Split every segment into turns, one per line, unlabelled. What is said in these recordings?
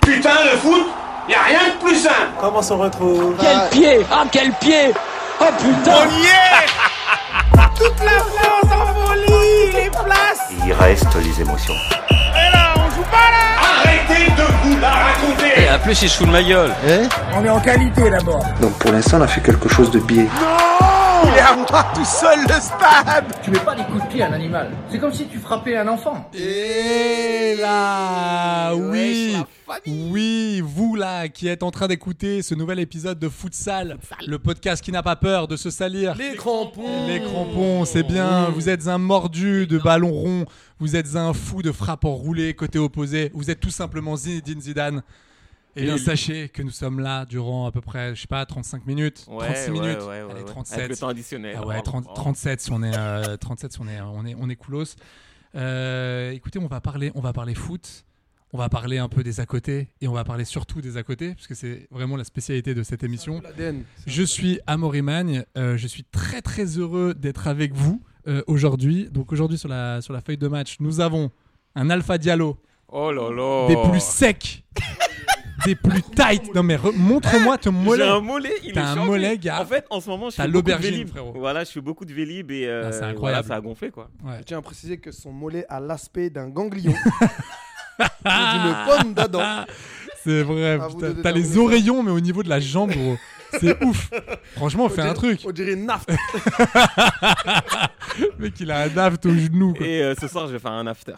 Putain, le foot, y a rien de plus simple.
Comment on se retrouve
Quel pied Ah quel pied Oh putain
On y est Toute la France en folie, les places.
Il reste les émotions.
Et là, on joue pas là. Arrêtez de vous la raconter.
En plus, il se fout de ma gueule.
Donc pour l'instant, on a fait quelque chose de biais.
Il est à moi tout seul le stade.
Tu mets pas des coups de pied à un animal. C'est comme si tu frappais un enfant.
Et là, oui, oui, vous là qui êtes en train d'écouter ce nouvel épisode de Futsal, le podcast qui n'a pas peur de se salir. Les crampons, les crampons, c'est bien. Vous êtes un mordu de ballon rond, vous êtes un fou de frappe enroulée côté opposé. Vous êtes tout simplement Zinedine Zidane. Et bien sachez que nous sommes là durant à peu près, je sais pas, 35 minutes, 36 minutes, allez 37.
Avec le temps additionnel.
Ah ouais,
Oh,
30
oh.
37 si on est, euh, 37 si on est, on est, on est coolos. Euh, écoutez, on va parler, on va parler foot, on va parler un peu des à côté et on va parler surtout des à côté parce que c'est vraiment la spécialité de cette émission. Je suis Amaury Magne, euh, je suis très très heureux d'être avec vous euh, aujourd'hui. Donc aujourd'hui sur la sur la feuille de match, nous avons un Alpha Diallo
Oh là là.
des plus secs, des plus tight. Non mais re- montre-moi ton
J'ai
mollet.
un mollet, il
T'as
est
un
changé.
mollet, gars.
En fait, en ce moment, je
T'as
fais beaucoup de
l'aubergine,
Vélib.
frérot.
Voilà, je suis beaucoup de Vélib et euh,
Ah, c'est incroyable.
voilà, ça a gonflé quoi.
Ouais.
Je tiens à préciser que son mollet a l'aspect d'un ganglion. ou d'une pomme d'Adam.
C'est vrai,
À vous
putain.
de
T'as les
déterminer.
oreillons, mais au niveau de la jambe, gros. C'est ouf. Franchement, on fait un truc.
On dirait une nappe.
Le mec, il a un aft au genou. quoi.
Et euh, ce soir, je vais faire un after.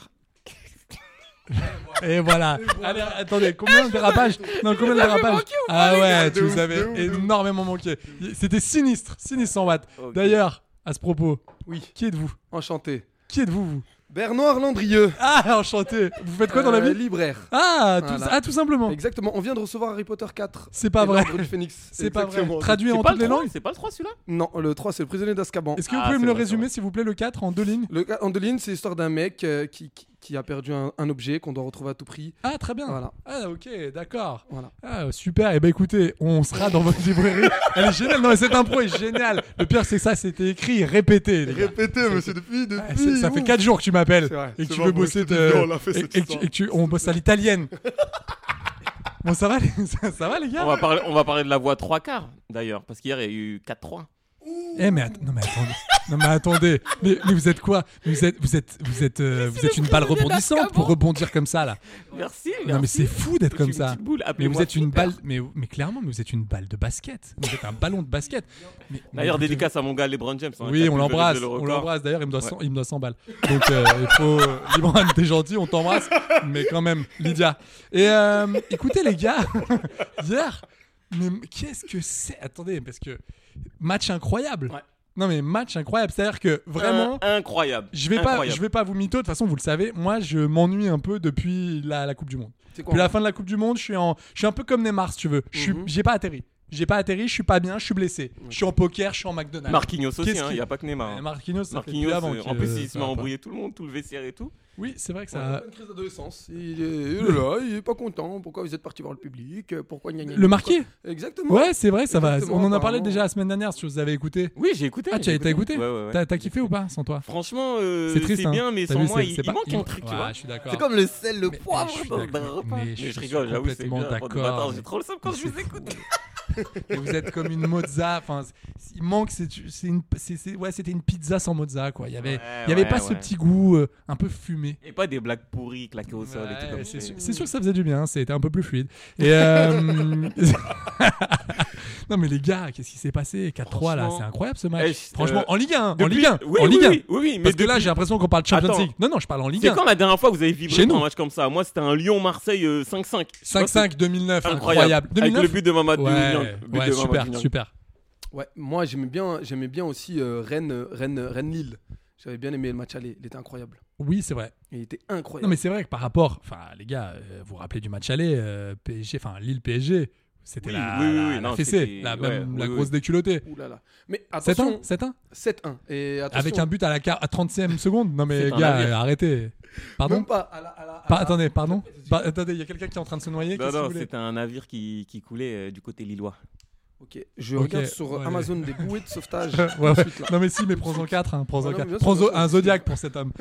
Et voilà. Allez, attendez, combien de dérapages Non, combien de dérapages Ah ouais, tu nous avais énormément manqué. C'était sinistre, sinistre en watts.
Ok.
D'ailleurs, à ce propos,
Oui,
qui êtes-vous
enchanté.
Qui êtes-vous, vous
Bernard Landrieux.
Ah, enchanté. Vous faites quoi dans la
Euh,
vie
Libraire.
Ah, tout,
Voilà.
ah, tout simplement.
Exactement, on vient de recevoir Harry Potter 4.
C'est pas
Et
vrai.
l'Ordre du Phoenix.
C'est pas vrai.
Exactement.
Traduit
C'est
en
pas le
toutes les
3,
langues
C'est pas le 3 celui-là
Non, le 3, c'est le prisonnier d'Azkaban.
Est-ce que vous
Ah,
pouvez me
c'est
le
vrai, c'est
résumer,
vrai.
s'il vous plaît, le 4 en deux lignes
Le cas Andeline, c'est l'histoire d'un mec euh, qui, qui- qui a perdu un, un objet qu'on doit retrouver à tout prix.
Ah, très bien.
Voilà.
Ah, ok, d'accord.
Voilà.
Ah, super. Eh ben écoutez, on sera dans votre librairie. Elle est géniale. Non, mais cette impro est géniale. Le pire, c'est que ça, c'était écrit et répété. les gars.
Répétez, monsieur, depuis,
Ah, c'est- ça fait 4 jours que tu m'appelles
C'est vrai.
et que
C'est
tu
vrai,
veux
moi,
bosser.
je te
de-
dis, on l'a fait,
et-
cette
et-
histoire.
et que tu- on bosse à l'italienne. bon, ça va, les... ça, ça va les
on
gars
va, parler, on va parler de la voix 3 quarts d'ailleurs, parce qu'hier il y a eu 4-3.
Eh mais, att- non, mais attendez, non mais attendez, mais, mais vous êtes quoi Vous êtes, vous êtes, vous êtes, euh, vous êtes une balle rebondissante pour rebondir comme ça là.
Merci,
Non mais c'est fou d'être
Je
comme
suis une
ça.
petite boule,
Mais vous
appelez-moi
êtes une
Flipper.
balle, mais, mais clairement, mais vous êtes une balle de basket. Vous êtes un ballon de basket. Mais-
D'ailleurs,
mais-
dédicace à mon gars LeBron James. hein, qui
Oui,
a
on
pulvérisé
l'embrasse.
le
On
record.
l'embrasse. D'ailleurs, il me doit 100, il me doit 100 balles. Donc, euh, il faut. euh, Libran, t'es gentil, on t'embrasse. Mais quand même, Lydia. Et euh, écoutez, les gars, hier, mais m- qu'est-ce que c'est Attendez, parce que match incroyable.
Ouais.
Non, mais match incroyable. C'est-à-dire que vraiment.
Un- incroyable.
Je vais pas,
Incroyable.
je vais pas vous mytho. De toute façon, vous le savez. Moi, je m'ennuie un peu depuis la, la Coupe du Monde.
C'est quoi Mhm.
Depuis la fin de la Coupe du Monde, je suis en, je suis un peu comme Neymar, si tu veux. Je suis, j'ai pas atterri. J'ai pas atterri. Je suis pas bien. Je suis blessé. Je suis en poker. Je suis en McDonald's.
Marquinhos aussi,
Qu'est-ce
hein,
qui-
il n'y a pas que Neymar.
Eh,
hein.
Marquinhos, ça fait
Marquinhos,
plus
euh,
avant
en
que-
plus, il se
ça
met à
va pas.
embrouiller tout le monde, tout le vestiaire et tout.
Oui, c'est vrai que
Il a
ça.
une crise d'adolescence. Il est, il est là, il est pas content. Pourquoi vous êtes parti voir le public euh, Pourquoi gna gna gna,
Le marqué
pourquoi- Exactement.
Ouais, c'est vrai, ça va.
Exactement,
On en a parlé
apparemment.
déjà la semaine dernière, si vous avez écouté.
Oui, j'ai écouté.
Ah, tu as
j'ai
t'as écouté
Ouais, ouais, ouais.
T'as t'as kiffé ou pas sans toi
Franchement, euh,
C'est triste.
c'est
hein.
bien, mais
T'as
sans
vu,
moi,
c'est-
il,
c'est
il
pas-
manque
il-
un truc, tu
Ouais,
vois.
Je suis d'accord.
C'est comme le sel,
mais
le
je suis
poivre. dans-
d'accord.
dans le repas.
Mais
Mais
je
je
suis
rigole, j'avoue, c'est
complètement
bien. Bande de
d'accord.
bâtards, J'ai trop le seum quand je vous écoute.
Et vous êtes comme une mozza. Enfin, c- il manque. c'est- c'est une- c'est- c'est- ouais, c'était une pizza sans mozza, quoi. Il y avait,
Ouais,
il y avait
ouais,
pas ce
ouais.
petit goût euh, un peu fumé.
Et pas des blagues pourries claquées au sol et tout
Ouais,
comme
c'est
ça.
sûr, c'est sûr que ça faisait du bien, hein, c'était un peu plus fluide. Et euh, non mais les gars, qu'est-ce qui s'est passé 4-3 là,
Franchement.
c'est incroyable ce match.
Eh, je-
Franchement,
euh,
en Ligue 1, en
Depuis-
Ligue 1,
oui,
en
oui,
Ligue 1.
oui, oui, mais
Parce que
depuis-
là, j'ai l'impression qu'on parle Champions
Attends.
League. Non, non, je parle en Ligue
C'est
1.
quand la dernière fois que vous avez
Chez
vibré
nous.
dans un match comme ça Moi, c'était un Lyon-Marseille euh, 5-5. Tu vois,
5-5 2009,
c'est
incroyable.
Avec
2009
le but de Mamadou Niang,
Ouais,
le but
ouais,
de Mamadou
super,
Niang.
super.
Ouais, moi j'aimais bien, j'aimais bien aussi euh, Rennes, euh, Rennes, Rennes Lille.
J'avais bien aimé le match aller, il était incroyable.
Oui, c'est vrai.
Il était incroyable.
Non, mais c'est vrai que par rapport, enfin, les gars, euh, vous vous rappelez du match aller, euh, PSG, enfin, Lille PSG, c'était
Oui,
la,
oui, oui,
la-
oui,
la
non,
fessée,
c'était-
la,
ouais,
même la
oui,
grosse
oui.
déculottée.
Ouh là là. Mais
7
attention,
ans, 7 ans
7-1. Et attention,
avec un but à la quar- à 30e seconde. Non mais
C'est un
gars,
navire.
euh, arrêtez. Pardon.
même pas à la- à la- à
Pa-
la-
attendez, pardon. Pa- attendez, il y a quelqu'un qui est en train de se noyer.
Non,
qu'est-ce que vous
non,
voulez
c'était un navire qui, qui coulait euh, du côté lillois.
Ok, je
Ok,
regarde sur
ouais.
Amazon des bouées de sauvetage.
Ouais, ouais.
ensuite, là.
Non mais si, mais prends-en 4 prends-en
Ouais, non,
quatre. hein,
mais bien sûr,
Prends
bien sûr.
un zodiaque pour cet homme.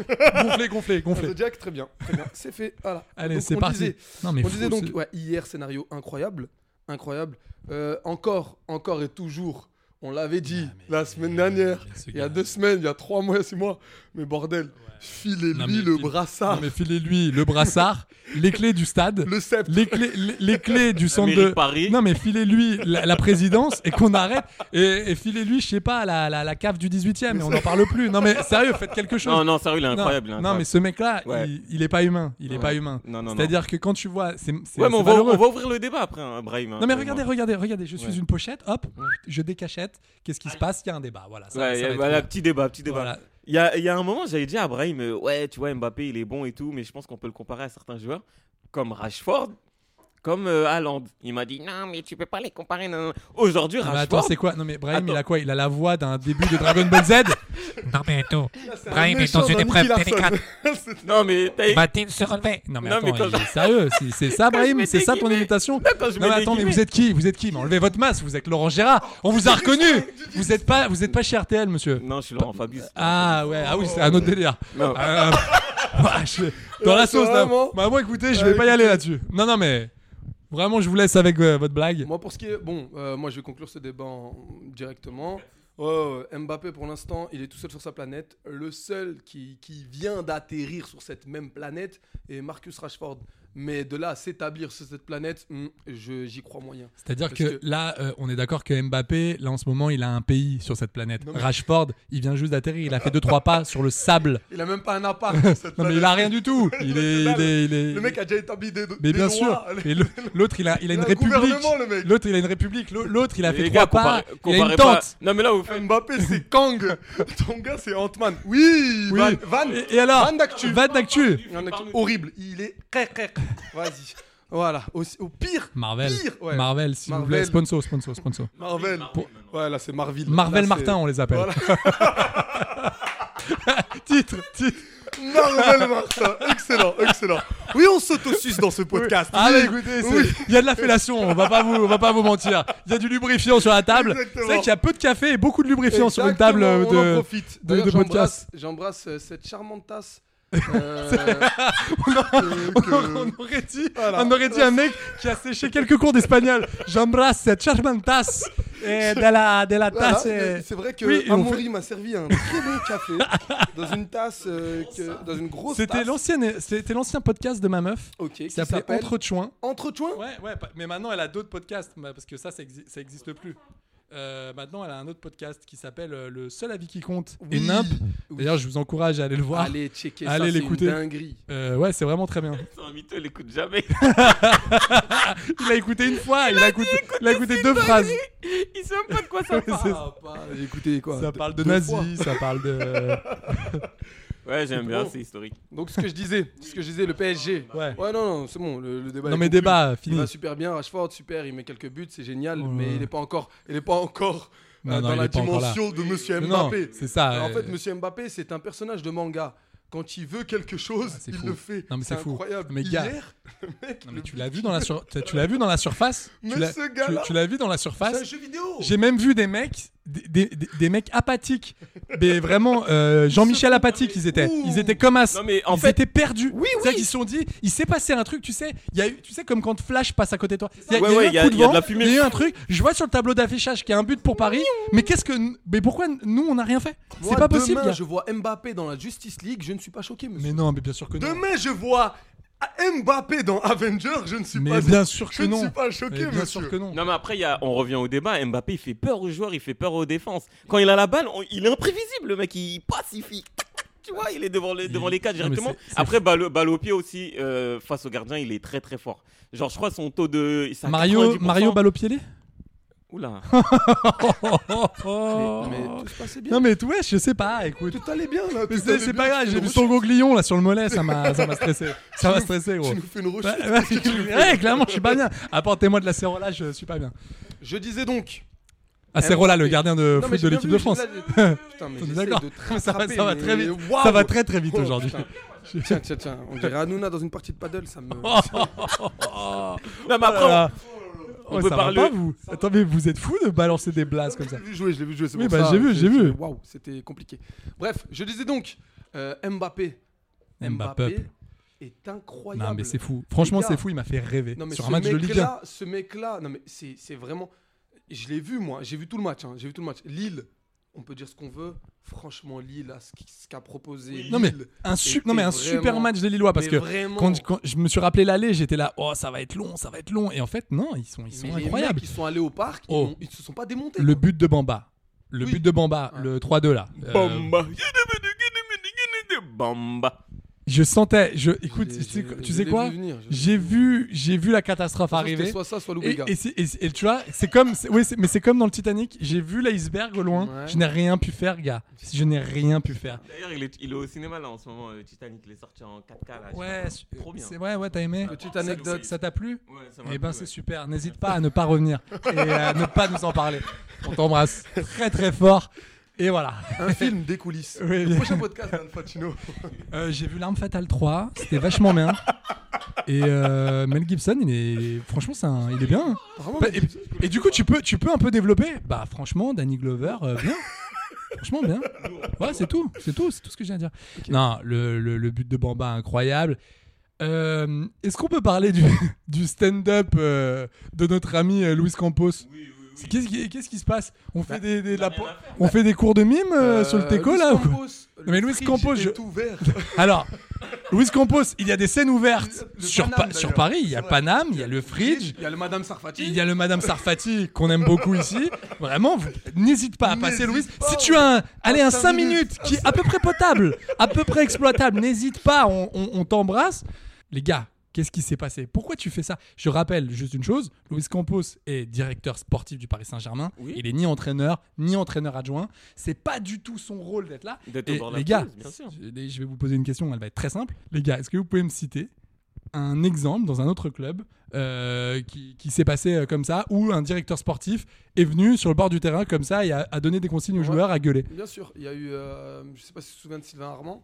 gonflez, gonflez,
Un
gonflez.
Zodiac, très bien, très bien. C'est fait. Voilà.
Allez,
Donc,
c'est
on
parti.
disait-
non mais
on
fou,
disait donc
c'est-
ouais, hier scénario incroyable, incroyable. Euh, encore, encore et toujours. On l'avait dit
Ah, mais-
la semaine dernière.
mais ce
Il y a
gars-
deux semaines, il y a trois mois, six mois. Mais bordel,
Non,
filez-lui
mais
le
file-
brassard,
Non mais filez-lui le brassard, les clés du stade.
le sceptre.
les clés, les- les clés du centre
mairie
de
de Paris.
Non, mais filez-lui la, la présidence et qu'on arrête. Et, et filez-lui, je sais pas, la, la, la cave du 18ème et on n'en parle plus. Non, mais sérieux, faites quelque chose.
Non, non, sérieux, il est
Non,
incroyable. il est
non, mais
incroyable.
ce mec-là,
Ouais.
il, il est pas humain. Il est
Ouais.
pas humain.
Non, non, non.
C'est-à-dire que quand tu vois, c'est c'est-
Ouais, mais
c'est
on va,
malheureux.
on va ouvrir le débat après, hein, Brahim. hein,
Non mais
c'est
regardez,
moi.
regardez, regardez, je suis
Ouais.
une pochette, hop, je décachette, qu'est-ce qui se passe Il y a un débat, voilà. ça- ça
Ouais,
va être
voilà,
bien.
petit débat, petit débat.
Voilà.
Il y a, il y a un moment, j'avais dit à Brahim, euh, ouais, tu vois, Mbappé, il est bon et tout, mais je pense qu'on peut le comparer à certains joueurs, comme Rashford, comme euh, Haaland. Il m'a dit, non, mais tu peux pas les comparer. non, non. Aujourd'hui,
Non, mais attends,
Rashford,
c'est quoi Non mais Brahim, il a
Ah, Attends.
quoi Il a la voix d'un début de Dragon Ball Z
Non mais attends,
C'est un
Brahim est
méchant
dans une
Nicky
épreuve
Larson.
délicate.
non, mais t'as-
Bah,
Va-t-il se relever Non mais
Non, mais
attends,
quand-
Il est Sérieux, c'est- c'est ça Brahim
mets
C'est
des
ça ton
guillemets.
imitation
quand je
Non
mets
mais
des
attends, mais
guillemets.
vous êtes qui Vous êtes qui Mais Enlevez votre masque, vous êtes Laurent Gérard. On vous a reconnu. Vous êtes pas, vous êtes pas chez RTL, monsieur.
Non, je suis Laurent Fabius.
Ah ouais, ah oui, c'est un autre délire.
Non.
Ah, ah, bah, je- Dans la
c'est
sauce, là.
vraiment-
Bah moi, écoutez, je vais pas y aller là-dessus. Non, non, mais vraiment, je vous laisse avec euh, votre blague.
Moi, pour ce qui est. Bon, euh, moi, je vais conclure ce débat en- directement. Ouais, ouais, Mbappé, pour l'instant, il est tout seul sur sa planète. Le seul qui, qui vient d'atterrir sur cette même planète est Marcus Rashford. Mais de là à s'établir sur cette planète, hmm, je j'y crois moyen.
C'est-à-dire
Parce
que,
que-
là, euh, on est d'accord que Mbappé, là en ce moment, il a un pays sur cette planète. Rashford, il vient juste d'atterrir, il a fait deux trois pas sur le sable.
Il a même pas un appart sur cette
Non
planète.
mais il a rien du tout. Il est, il est, il est-
Le mec a déjà établi des.
Mais
des
bien sûr,
lois.
mais le- l'autre il a, il a une
un
république.
gouvernement, le mec.
L'autre il a une république. L'au- L'autre il a fait
Les
trois
gars,
pas. il
comparez,
a une
comparez pas.
tente.
Non, mais là, vous faites.
Mbappé, c'est Kang. Ton gars, c'est Ant-Man. Oui,
Oui.
Van. Van.
Et, et alors
Van d'actu.
Van d'actu.
Il y en a qui- horrible. Il est très, très. Vas-y. Voilà. Au, au pire.
Marvel.
Pire, ouais.
Marvel, s'il vous
Marvel.
plaît. Sponsor, sponsor, sponsor.
Marvel. Ouais, là, c'est Marvel.
Marvel
Là,
Martin, on les appelle.
Voilà.
titre, titre.
c'est- Marvel Martin. Excellent, excellent. Oui, on s'autosuce dans ce podcast. Oui.
Allez, Ah, écoutez, c'est- il
Oui.
y a de la fellation, on va pas vous, on va pas vous mentir. Il y a du lubrifiant sur la table. C'est
Exactement.
vrai qu'il y a peu de café et beaucoup de lubrifiant sur une table
Exactement,
euh,
on en
de.
profite.
de-
D'ailleurs,
de
j'embrasse-
podcast.
J'embrasse euh, cette charmante tasse. euh, que- que-
on aurait dit,
Mmh. Voilà.
on aurait dit un mec qui a séché quelques cours d'espagnol. J'embrasse cette charmante tasse et de la, de la
Voilà,
tasse. et-
mais c'est vrai que
Oui, et on
Amaury m'a servi un très bon café dans une tasse, euh, que- dans une grosse
C'était
tasse.
l'ancienne, c'était l'ancien podcast de ma meuf.
Ok, qui
Qui s'appelait
s'appelle
Entre Chouin.
Entre Chouin
Ouais, ouais, pa- mais maintenant elle a d'autres podcasts bah, parce que ça, ça, exi- ça existe plus. Euh, maintenant, elle a un autre podcast qui s'appelle euh, Le seul avis qui compte et
Oui,
Nimp.
oui.
D'ailleurs, je vous encourage à aller le voir.
Allez checker ça,
Allez
c'est une
l'écouter.
dinguerie.
Euh, ouais, c'est vraiment très bien.
C'est un mytho, il écoute jamais.
Il l'a écouté une fois, il, a écouté, il a écouté deux phrases.
Il sait même pas de quoi ça
Ouais, c'est-
parle.
Ah, pas- J'ai écouté quoi
ça
deux-
parle de
deux fois.
nazis, ça parle de.
Ouais, j'aime bien,
bon.
c'est historique.
Donc ce que je disais, ce que je disais, le PSG.
Ouais.
Ouais, non, non, c'est bon, le, le débat.
Non,
est
mais
conclu.
débat,
Il
fini.
va super bien, Rashford, super, il met quelques buts, c'est génial,
Ouais.
mais il n'est pas encore, il est pas encore
Oh Non,
euh,
non,
dans
il
la
est pas encore là.
dimension de Monsieur
Non,
Mbappé.
c'est ça,
Alors, En
euh,
fait, Monsieur Mbappé, c'est un personnage de manga. Quand il veut quelque chose,
Ah, c'est
il
fou.
le fait.
Non, mais c'est fou.
incroyable.
Mais gars,
Hier, le mec,
Non, mais
le
tu
but-
l'as vu dans la sur- tu tu l'as vu dans la surface
Mais
Tu l'as-
ce gars-là-
tu- tu l'as vu dans la
C'est un
surface
jeu vidéo.
j'ai même vu des mecs des, des- des- des mecs apathiques mais vraiment euh, Jean-Michel apathique ils étaient ils étaient comme as
Non, mais en
ils
fait-
étaient perdus oui, oui. ils se sont dit il s'est passé un truc tu sais il y a eu- tu sais comme quand Flash passe à côté de toi il y a, il y
Ouais,
a
ouais,
eu un
il y a-
coup de
il y a de
vent,
la fumée.
il y a eu un truc je vois sur le tableau d'affichage qu'il y a un but pour Paris mais qu'est-ce que mais pourquoi nous on n'a rien fait
Moi,
c'est pas possible
Demain,
gars.
je vois Mbappé dans la Justice League, je ne suis pas choqué, monsieur.
mais non mais bien sûr que non
Demain, je vois Mbappé dans Avengers, je ne suis
mais
pas
bien sûr que
je
non
ne suis pas
Mais
choqué,
Eh, bien
monsieur.
sûr que non
Non, mais après, il y a- on revient au débat. Mbappé, il fait peur aux joueurs, il fait peur aux défenses. Quand il a la balle, on- il est imprévisible, le mec. Il passe, il fait. tac, tac, Tu vois, il est devant les, devant les cadres
Non, mais
directement.
c'est- c'est-
Après, balle, balle au pied aussi, euh, face au gardien, il est très très fort. Genre, je crois son taux de. c'est à
Mario
90%.
Mario Balopielé
Oula.
Mais tout se passait bien.
Oh. Non mais ouais, je sais pas, écoute.
Tout allait bien là.
Mais
tout
c'est
allait
c'est
bien,
pas grave,
tu
j'ai
nous
vu son
rechutes.
goglillon là sur le mollet, ça m'a ça m'a stressé. Ça m'a stressé gros.
Tu nous fais une
Bah,
rechute.
bah, ouais, clairement, je suis pas bien. Apportez-moi de la Cérola, je suis pas bien.
Je disais donc.
Ah, Cérola, le
Mbappé.
gardien de
Non, Eh, mais j'ai
foot de
bien
l'équipe
vu,
de
j'ai
France.
la- Putain, mais
On est
j'essaie
d'accord.
de te
Ça va-
rattraper,
ça va très
mais
vite.
waouh.
Ça va très, très vite
Oh,
aujourd'hui.
putain. Tiens, tiens, tiens. On dirait Hanouna dans une partie de paddle, ça me.
Oh,
Non, mais après,
hein.
Voilà.
on
Ah. Ouais,
peut
ça va
parler-
pas, vous Attends, mais vous êtes fou de balancer des blases comme ça.
Je l'ai vu jouer, je l'ai vu jouer. c'est
Oui,
pour
bah,
ça.
j'ai vu,
C'est-
j'ai vu.
c'est- Waouh, c'était compliqué. Bref, je disais donc, euh, Mbappé.
Mbappé.
est incroyable.
Non, mais c'est fou. Franchement,
Les gars.
c'est fou, il m'a fait rêver.
Non, mais
Sur
ce
un match de Ligue 1.
mec-là, ce mec-là, non mais c'est c'est vraiment. Je l'ai vu moi, j'ai vu tout le match, hein, j'ai vu tout le match. Lille, on peut dire ce qu'on veut. Franchement, Lille, à ce qui- ce qu'a proposé. Lille,
Non mais, un, su- non, mais un
était
super
vraiment-
match des Lillois parce
mais
que
vraiment.
quand, quand je me suis rappelé l'aller, j'étais là, oh ça va être long, ça va être long. Et en fait, non, ils sont, ils
Mais
sont
les
incroyables.
mecs, ils sont allés au parc, ils
Oh.
n'ont- ils, se sont pas démontés.
Le
quoi.
but de Bamba, le
Oui.
but de Bamba,
Ouais.
le 3-2 là. Euh,
Bamba. Bamba.
je sentais, je, écoute,
Je l'ai-
tu sais,
je l'ai-
tu
je
sais
l'ai
quoi
vu venir, je-
J'ai vu, j'ai vu la catastrophe
Soit c'était
arriver.
Soit ça, soit
Et,
l'Oubéga.
et c'est- et c'est- et tu vois, c'est comme, c'est- oui, c'est- mais c'est comme dans le Titanic. J'ai vu l'iceberg au loin.
Ouais.
Je n'ai rien pu faire, gars. Je n'ai rien pu faire.
D'ailleurs, il est, il est au cinéma là en ce moment. euh, Titanic, il est sorti en 4K là. je
Ouais,
sais pas. trop bien.
c'est ouais, ouais, t'as aimé.
Petite
Ça-
anecdote.
ça t'a plu
Ouais, ça m'a
Eh ben
plu,
c'est
ouais.
super, n'hésite pas à ne pas revenir et à ne pas nous en parler. On t'embrasse très très fort. Et voilà.
Un film des coulisses.
Oui,
Le
bien.
prochain podcast d'Al Pacino.
Euh, J'ai vu L'Arme Fatale 3, c'était vachement bien. Et euh, Mel Gibson, il est franchement c'est un- il est bien. hein.
Apparemment,
Bah, et, et du coup tu peux tu peux un peu développer. Bah franchement Danny Glover euh, bien. Franchement bien. Ouais c'est tout, c'est tout, c'est tout ce que j'ai à dire. Non le, le- le but de Bamba incroyable. Euh, Est-ce qu'on peut parler du, du stand-up euh, de notre ami euh, Luis Campos C'est- Qu'est-ce qui, qu'est-ce qui se passe On
Bah,
fait des, des- la- on fait des cours de mime euh, sur le teco là ou quoi mais Luis Campos, je-
tout vert.
Alors, Luis Campos, il y a des scènes ouvertes
Le
sur,
Paname,
Pa- sur
d'ailleurs.
Paris. Il y a
C'est vrai.
Paname, il y a le Fridge,
Il y a le Madame Sarfati.
il y a le Madame Sarfati qu'on aime beaucoup ici. Vraiment, vous- n'hésite pas à passer, Louis.
N'hésite pas,
Si tu as un, allez, un
cinq
5
minutes,
minutes qui est à peu près potable, à peu près exploitable, n'hésite pas, on, on- on t'embrasse. Les gars, qu'est-ce qui s'est passé Pourquoi tu fais ça Je rappelle juste une chose Luis Campos est directeur sportif du Paris Saint-Germain. Il est ni entraîneur, ni entraîneur adjoint. C'est pas du tout son rôle d'être là.
D'être au
Et
bord de la
les gars,
pelouse, bien sûr.
je je vais vous poser une question, elle va être très simple. Les gars, est-ce que vous pouvez me citer un exemple dans un autre club euh, qui, qui s'est passé euh, comme ça, où un directeur sportif est venu sur le bord du terrain comme ça et a, a donné des consignes aux
Ouais.
joueurs à gueuler
Bien sûr, il y a eu. euh, je sais pas si tu te souviens de Sylvain Armand.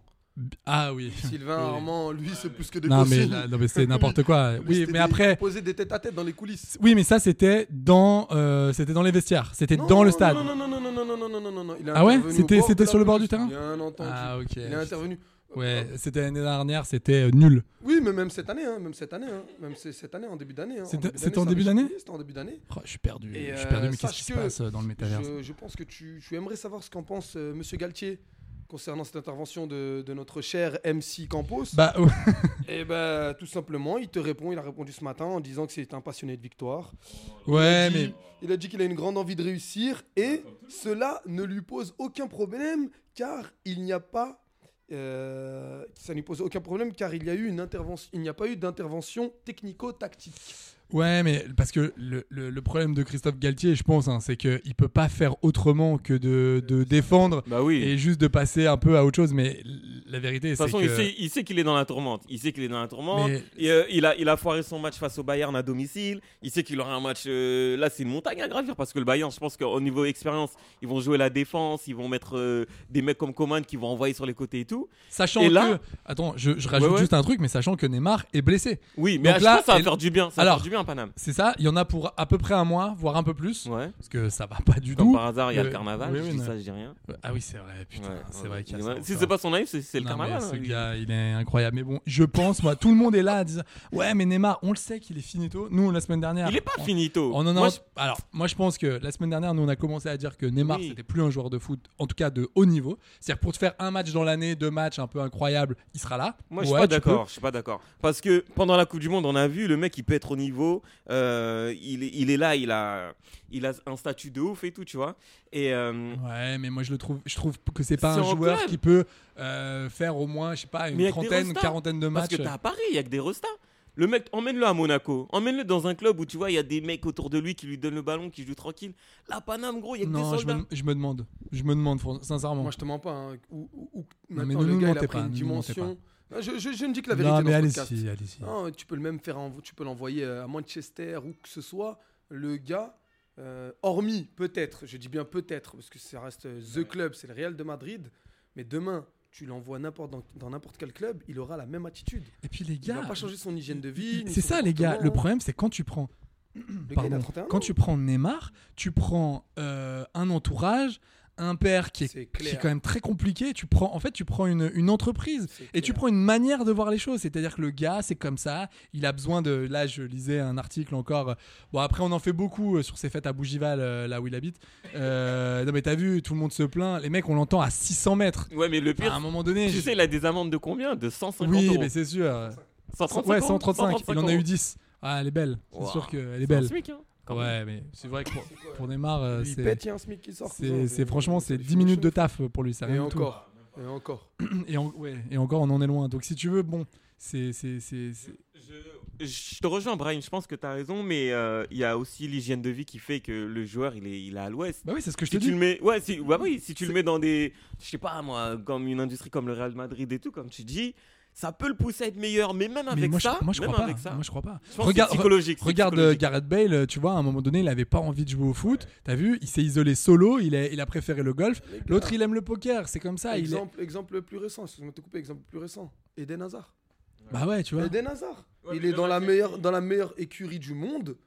Ah oui.
Sylvain Armand, lui, c'est plus que des
Non mais,
consignes.
là- non, mais c'est
Lui,
n'importe quoi.
lui,
Oui
c'était
mais
des-
après,
Poser des têtes à tête dans les coulisses.
oui mais ça c'était dans, euh, c'était dans les vestiaires, c'était
Non,
dans le
non,
stade.
Non, non, non, non, non, non, non, non, non, non, non. Il est
Ah ouais
intervenu au
C'était-
bord de
c'était
la
sur le bord
pelouse,
du terrain
Bien entendu.
Ah, ok.
Il est intervenu. Ah,
Ouais, c'était l'année dernière, c'était euh, nul.
Oui, mais même cette année, hein, même cette année, hein, même c'est- cette année, en début d'année. hein,
C'était-
début
c'était
d'année,
en
ça
début
avait
d'année
choqué, C'était en début d'année.
Oh, je suis perdu,
Et,
je suis perdu,
euh,
mais qu'est-ce qui
sache
se
que
passe euh, dans le métavers
Je, je pense que tu, tu aimerais savoir ce qu'en pense euh, Monsieur Galtier concernant cette intervention de, de notre cher MC Campos.
Bah
Et ben, tout simplement, il te répond, il a répondu ce matin en disant que c'est un passionné de victoire.
ouais
Il a
Eh, mais...
dit- Il a dit qu'il a une grande envie de réussir et cela ne lui pose aucun problème car il n'y a pas. euh, ça ne lui pose aucun problème car il y a eu une intervention. Il n'y a pas eu d'intervention technico-tactique.
Ouais, mais parce que le, le- le problème de Christophe Galtier, je pense, hein, c'est qu'il peut pas faire autrement que de, de défendre
Bah oui.
et juste de passer un peu à autre chose. Mais l- la vérité,
De
c'est
toute façon,
que.
il sait- il sait qu'il est dans la tourmente. Il sait qu'il est dans la tourmente.
Mais-
Et, euh, il, a, il a foiré son match face au Bayern à domicile. Il sait qu'il aura un match. euh, là, c'est une montagne à gravir parce que le Bayern, je pense qu'au niveau expérience, ils vont jouer la défense. Ils vont mettre euh, des mecs comme Coman qui vont envoyer sur les côtés et tout.
Sachant
Et là-
que. Attends, je, je rajoute
Ouais, ouais.
juste un truc, mais sachant que Neymar est blessé.
Oui, mais
Donc
à
là,
là, ça va
et-
faire du bien. Ça va
Alors-
faire du bien, Paname.
C'est ça, il y en a pour à peu près un mois, voire un peu plus.
Ouais.
Parce que ça va pas du
Comme
tout.
par hasard, il y a le
Euh,
carnaval.
oui,
je
oui,
dis
non.
ça, je dis rien.
Ah oui, c'est vrai, putain,
Ouais,
c'est
ouais.
vrai qu'il y a
Il
ça
va- Si
encore.
c'est pas son naïf, c'est c'est le
Non, mais
carnaval.
ce
hein, lui.
gars, il est incroyable. Mais bon, je pense, moi, tout le monde est là à dire Ouais, mais Neymar, on le sait qu'il est finito. Nous, la semaine dernière.
Il est pas
on-
finito.
On en a
Oh, Moi,
ent-
je-
Alors, moi, je pense que la semaine dernière, nous, on a commencé à dire que Neymar,
Oui.
c'était plus un joueur de foot, en tout cas de haut niveau. C'est-à-dire, pour te faire un match dans l'année, deux matchs un peu incroyables, il sera là.
Moi, je suis
Ouais,
pas
tu peux.
d'accord. Je suis pas d'accord. Parce que pendant la Coupe du Monde, on a vu le mec, il peut être au niveau. euh, il, est- il est là, il a, il a un statut de ouf et tout, tu vois. Et euh,
Ouais, mais moi, je le trouve, je trouve que c'est pas
C'est
un
en
joueur
club.
qui peut euh, faire au moins, je sais pas, une
Mais avec des
trentaine,
restats.
quarantaine de
parce
matchs.
que t'es à Paris, il y a que des restas. Le mec, emmène-le à Monaco. Emmène-le dans un club où tu vois, il y a des mecs autour de lui qui lui donnent le ballon, qui jouent tranquille. La Paname, gros, il y a que des
Non, je
soldats.
me, je me demande. Je me demande, fran- sincèrement.
Moi, je te mens pas. hein. Ou- ou- ou-
Non, mais
maintenant,
ne
le
nous
gars, il
mentez
a pris
pas,
une
ne nous mentez
dimension. Non, Je, je- je ne dis que la vérité.
non, mais
dans ce podcast.
allez-y, allez-y.
Non, tu peux le même faire, en- tu peux l'envoyer euh, à Manchester ou que ce soit. Le gars, euh, hormis peut-être, je dis bien peut-être, parce que ça reste euh, the club, c'est le Real de Madrid. Mais demain, tu l'envoies n'importe dans dans n'importe quel club, il aura la même attitude.
Et puis les
Il
gars,
va pas changer son hygiène de vie. ni
c'est
son
ça les gars. Le
comportement.
problème, c'est quand tu prends
Le gars, il a
Pardon.
31 ans.
Quand tu prends Neymar, tu prends euh, un entourage, un père qui est,
C'est
qui
clair.
est quand même très compliqué. Tu prends, en fait, tu prends une, une entreprise
C'est
et tu
clair.
prends une manière de voir les choses. C'est-à-dire que le gars, c'est comme ça. Il a besoin de. Là, je lisais un article encore. euh, Bon, après, on en fait beaucoup euh, sur ces fêtes à Bougival, euh, là où il habite. Euh, non, mais t'as vu, tout le monde se plaint. Les mecs, on l'entend à 600 mètres.
Ouais, mais le pire,
À un moment donné.
tu
je-
sais, il a des amendes de combien De 150
Ah, oui,
euros.
mais c'est sûr.
135
ouais,
euros
135. Il en a
euros.
eu 10. Ah, elle est belle. C'est
Waouh.
sûr qu'elle est
C'est un
belle.
SMIC, hein, quand même.
Ouais, mais c'est vrai que pour, pour Neymar, euh,
Il
c'est.
pète, il y a un SMIC qui sort.
C'est,
cousin,
c'est franchement, c'est 10 minutes de taf pour lui, ça
Et
rien du tout.
encore. Et encore.
Et, en- ouais, et encore, on en est loin. Donc si tu veux, bon, c'est, c'est, c'est, c'est-
Je, je te rejoins, Brian. Je pense que tu as raison, mais euh, il y a aussi l'hygiène de vie qui fait que le joueur, il est, il est à l'ouest.
Bah oui, c'est ce que je te
Si tu
dis.
le mets, ouais, si, bah oui, si tu le mets dans des, je sais pas moi, comme une industrie comme le Real Madrid et tout, comme tu dis, ça peut le pousser à être meilleur, mais même
Mais
avec
moi,
ça,
je, moi, je
même
crois pas.
avec ça,
Moi, je crois pas.
je pense que
Regarde,
c'est psychologique. c'est
regarde euh,
psychologique.
Gareth Bale, euh, tu vois, à un moment donné, il avait pas envie de jouer au foot. T'as vu, il s'est isolé solo, il a, il a préféré le golf. L'autre, il aime le poker, c'est comme ça. Ah, Il est...
exemple, exemple plus récent, excuse-moi de te couper, exemple plus récent. Eden Hazard.
Bah ouais, tu vois,
Eden Hazard. il est dans la, meilleure, dans la meilleure écurie du monde.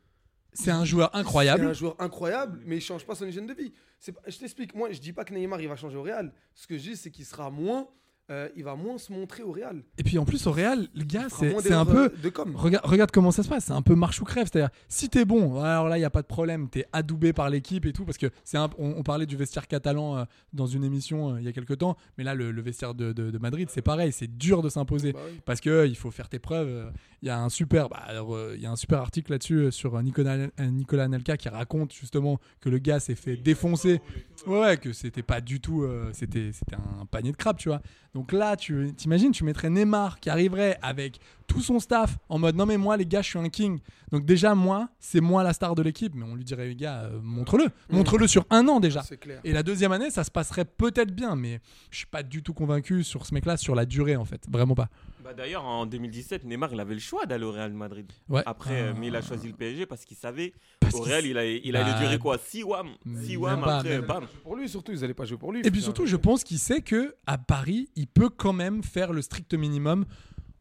c'est un joueur
C'est
incroyable.
un joueur incroyable, mais il change pas son hygiène de vie. C'est pas- Je t'explique. Moi, je dis pas que Neymar il va changer au Real. Ce que je dis, c'est qu'il sera moins. euh, il va moins se montrer au Real.
Et puis en plus, au Real, le gars,
Il fera
c'est,
moins
c'est un peu.
d'erreurs, euh, de com.
Regarde, regarde comment ça se passe, c'est un peu marche ou crève. C'est-à-dire, si t'es bon, alors là, il n'y a pas de problème, t'es adoubé par l'équipe et tout, parce que c'est un- on, on parlait du vestiaire catalan euh, dans une émission euh, il y a quelques temps, mais là, le, le vestiaire de, de- de Madrid, c'est pareil, c'est dur de s'imposer,
Bah oui.
parce que euh, il faut faire tes preuves. euh. Il y a un super, bah, alors, euh, il y a un super article là-dessus euh, sur euh, Nicolas, euh, Nicolas Anelka qui raconte justement que le gars s'est fait défoncer, ouais, ouais, que c'était pas du tout, euh, c'était, c'était un panier de crabe, tu vois. Donc là, tu t'imagines, tu mettrais Neymar qui arriverait avec tout son staff en mode non mais moi les gars, je suis un king. Donc déjà moi, c'est moi la star de l'équipe, mais on lui dirait les gars, euh, montre-le, montre-le sur un an déjà.
C'est clair.
Et la deuxième année, ça se passerait peut-être bien, mais je suis pas du tout convaincu sur ce mec-là, sur la durée en fait, vraiment pas.
Bah, D'ailleurs, en 2017, Neymar, il avait le choix d'aller au Real Madrid.
Ouais.
Après,
Euh,
euh, mais il a choisi le PSG parce qu'il savait.
parce
au
qu'il-
Real, il, a, il
Bah,
allait durer quoi 6 WAM.
mais
6
même
WAM,
pas,
après,
même-
bam.
Pour lui, surtout, ils allaient pas jouer pour lui.
Et puis
finalement.
surtout, je pense qu'il sait que à Paris, il peut quand même faire le strict minimum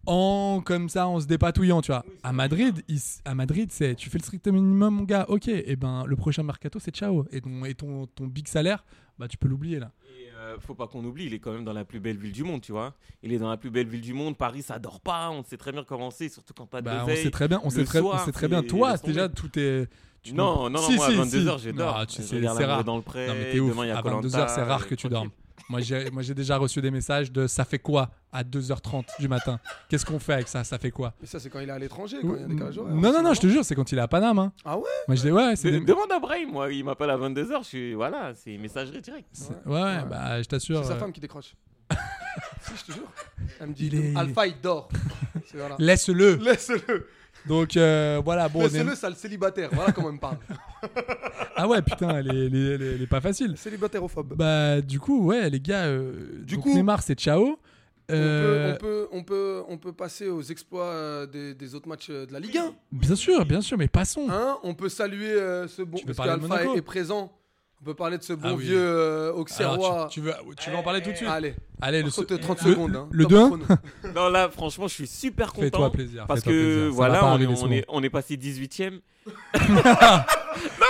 en comme ça, en se dépatouillant, tu vois. À Madrid, il s- à Madrid, c'est tu fais le strict minimum, mon gars. Ok, et ben le prochain mercato, c'est ciao. Et ton et ton, ton big salaire, bah tu peux l'oublier là.
Et, euh, faut pas qu'on oublie, il est quand même dans la plus belle ville du monde, tu vois. Il est dans la plus belle ville du monde. Paris, ça dort pas. On sait très bien comment c'est, surtout quand t'as de
Bah, on
l'oseille.
sait très bien, on
Ah, le
sait très, on
soir,
sait très bien.
c'est-
Toi,
laisse tomber.
déjà, tout est. tu-
Non, non, non,
Si,
moi
si,
à 22h,
si.
je dors.
Non, tu
Je
sais,
regarde
c'est
Amour
rare.
dans le pré.
Non, mais t'es ouf.
Demain, il y a
à
Koh-Lanta, euh,
22h, c'est rare que tu
tranquille.
dormes. Moi j'ai, moi, j'ai déjà reçu des messages de ça fait quoi à 2h30 du matin Qu'est-ce qu'on fait avec ça Ça fait quoi
Mais ça, c'est quand il est à hein. l'étranger. quand il y a des décalage horaire.
Non, non, non, je te jure, c'est quand il est à Paname. hein.
Ah ouais
Moi, je dis, ouais, c'est
De-
des-
Demande à Brahim, moi, il m'appelle à 22h, je suis. Voilà, c'est messagerie directe.
c'est- Ouais, ouais, bah, je t'assure.
C'est sa
euh,
femme qui décroche. si, je te jure. Elle me dit
Il est-
Alpha, il dort. C'est voilà.
Laisse-le.
Laisse-le.
Donc, euh, voilà, bon. on est-
Laisse-le, sale célibataire. Voilà comment elle me parle.
Ah ouais, putain, elle est, elle est- elle est- elle est pas facile.
Célibataire ophobe.
Bah, du coup, ouais, les gars, euh,
Du
donc
coup-
Neymar, c'est ciao.
On,
Euh,
peut, on, peut, on, peut, on peut passer aux exploits euh, des, des autres matchs euh, de la Ligue 1.
Bien sûr, bien sûr, mais passons.
Hein on peut saluer euh, ce bon.
Tu veux
Parce
parler de
qu'Alpha
Monaco
est, est présent. On peut parler de ce bon
Ah oui.
vieux euh,
Alors,
Auxerrois.
tu, tu veux, tu veux en parler tout de suite
Allez,
Allez, le,
par contre,
le-
30
le-
secondes. hein.
Le
Top
2-1
chrono.
Non, là, franchement, je suis super content.
Fais-toi plaisir,
Parce
fais-toi plaisir. Ça
que
va
voilà,
pas
on est,
arriver
on,
souvent.
est, on est passé 18ème. non,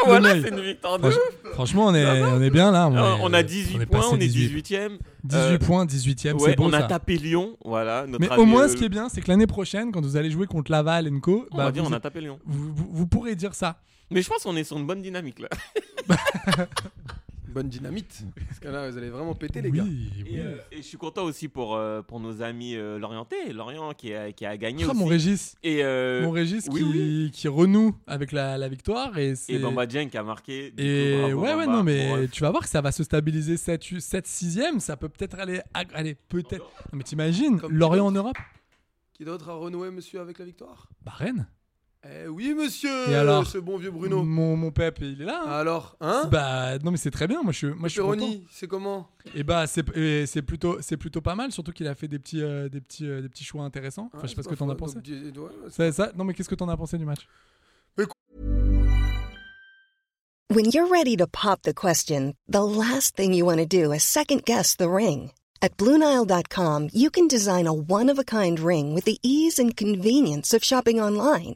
voilà,
mec.
c'est une victoire de
Franch-
ouf.
Franchement, on est, on est bien là. On,
Euh,
est-
On a 18
on est
points,
passé
on est 18ème.
18
Euh,
points, 18 e
Ouais,
c'est bon
on a
ça.
tapé Lyon, voilà. Notre
Mais
ami,
au moins,
euh,
ce qui est bien, c'est que l'année prochaine, quand vous allez jouer contre Laval et Co,
On
bah,
va dire,
vous,
on a tapé Lyon.
vous- vous- vous pourrez dire ça.
Mais je pense qu'on est sur une bonne dynamique là.
Bonne dynamite. Parce que là, vous allez vraiment péter, les
oui,
gars.
oui.
Et, euh, et je suis content aussi pour, euh, pour nos amis euh, Lorientais, Lorient qui a, qui a gagné
Ah,
aussi.
mon Régis,
Et, euh,
mon Régis
oui,
qui, qui renoue avec la, la victoire. Et, c'est-
et Bamba Dieng qui a marqué. Du coup,
Et
bravo,
ouais, ouais,
Bamba. euh,
non, mais
Bref.
tu vas voir que ça va se stabiliser 7, 7 6 ça peut peut-être aller, ag- aller peut-être. Non, mais t'imagines,
Comme
Lorient en Europe
Qui d'autre a renoué, monsieur, avec la victoire
Bah, Rennes.
Eh oui, monsieur
Et alors
Ce bon vieux Bruno.
Mon, mon Pep, il est là. hein.
Alors, hein
Bah, non, mais c'est très bien. Moi, je, suis- moi, je suis content.
Pepperoni, c'est comment
Et bah, c'est et c'est plutôt, c'est plutôt pas mal, surtout qu'il a fait des petits, euh, des petits, euh, des petits choix intéressants. Enfin, je sais pas ce que t'en as pensé. Ça, ça- non, mais qu'est-ce que t'en as pensé du match
When you're ready to pop the question, the last thing you want to do is second guess the ring. At Bluenile.com, you can design a one of a kind ring with the ease and convenience of shopping online.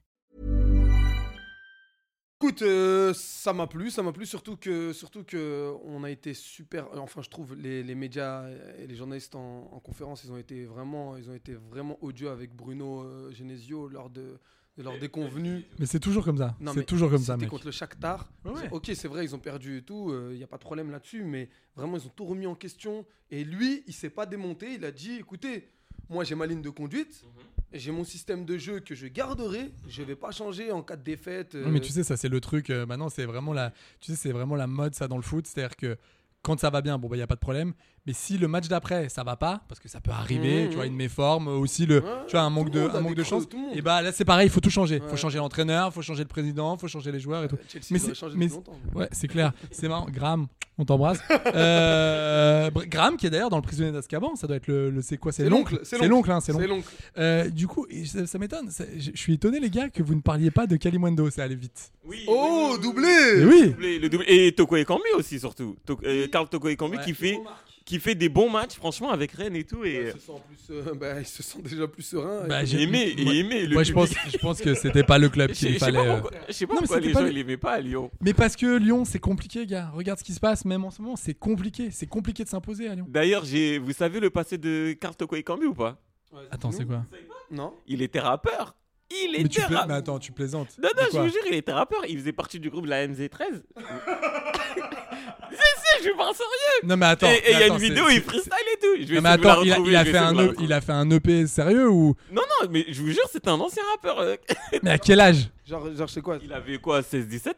Écoute, euh, ça m'a plu, ça m'a plu, surtout que, surtout que on a été super. euh, Enfin, je trouve les, les médias et les journalistes en, en conférence, ils ont été vraiment, ils ont été vraiment odieux avec Bruno euh, Genesio lors de, de leur déconvenue.
Mais c'est toujours comme ça.
Non, mais
C'est toujours comme ça,
c'était
mec.
contre le Shakhtar.
Ouais, ouais.
Ok, c'est vrai, ils ont perdu et tout. Il n'y a pas de problème là-dessus. Mais vraiment, ils ont tout remis en question. Et lui, il s'est pas démonté. Il a dit écoutez, moi, j'ai ma ligne de conduite.
Mhm.
J'ai mon système de jeu que je garderai. Je vais pas changer en cas de défaite.
Non, mais tu
euh,
sais, ça, c'est le truc. euh, maintenant, c'est vraiment la, tu sais, c'est vraiment la mode, ça, dans le foot. C'est-à-dire que quand ça va bien, bon, bah, il n'y a pas de problème. Mais si le match d'après, ça va pas, parce que ça peut arriver,
Mhm.
tu vois, une méforme, euh, aussi le, tu vois, un manque
tout le
de,
monde
un
a
manque
des
de
creux,
chance.
tout le monde.
Et bah, là, c'est pareil, il faut tout changer. Il
Ouais.
faut changer l'entraîneur, il faut changer le président, il faut changer les joueurs et tout.
Bah, Chelsea
mais
devrait
c'est-
changer
mais
depuis longtemps. hein.
Ouais, c'est clair. C'est marrant. Graham, on t'embrasse. Euh, Br- Graham, qui est d'ailleurs dans le prisonnier d'Azkaban, ça doit être le, le- c'est quoi C'est l'oncle. C'est l'oncle, hein, c'est l'oncle.
l'oncle.
Euh, du coup, et ça, ça m'étonne. Ça- Je je suis étonné, les gars, que vous ne parliez pas de Kalimundo. Ça allait vite.
Oh,
Et
doublé
oui.
doublé, le doublé. Et Toko Ekambi aussi, surtout. To- euh, Karl Toko Ekambi
Ouais.
qui, fait, qui fait des bons matchs, franchement, avec Rennes et tout.
Il
Et,
se sent plus, euh, bah, il se sent déjà plus serein.
Bah,
j'ai aimé,
moi-
et aimé le
moi, je pense,
public.
je pense que c'était pas le club
Je
qu'il
sais-
lui
je sais
fallait.
pas
euh.
pourquoi, je sais pas
Non, mais
pourquoi
c'était
les
pas
gens
le-
ils l'aimaient pas à Lyon.
Mais parce que Lyon, c'est compliqué, gars. Regarde ce qui se passe, même en ce moment, c'est compliqué. C'est compliqué de s'imposer à Lyon.
D'ailleurs, j'ai- vous savez le passé de Karl Toko Ekambi ou pas
Attends, c'est quoi
Non
Il était rappeur. Il
mais, tu
était
pla-
rappeur.
mais attends, tu plaisantes.
Non, non,
De
je
quoi
vous jure, il était rappeur. Il faisait partie du groupe de la MZ13. si, si, je vous parle sérieux.
Non, mais attends.
et et il y a
attends,
une
c'est-
vidéo,
c'est-
il freestyle et tout. Je vais
Non, mais
essayer de vous la
attends, il a, il
retrouver,
a
je vais
fait
essayer de
un
vous la
E-
retrouver.
il a fait un EP sérieux ou.
Non, non, mais je vous jure, c'était un ancien rappeur. euh.
Mais à quel âge
Genre, genre c'est quoi
Il avait quoi, 16-17 ans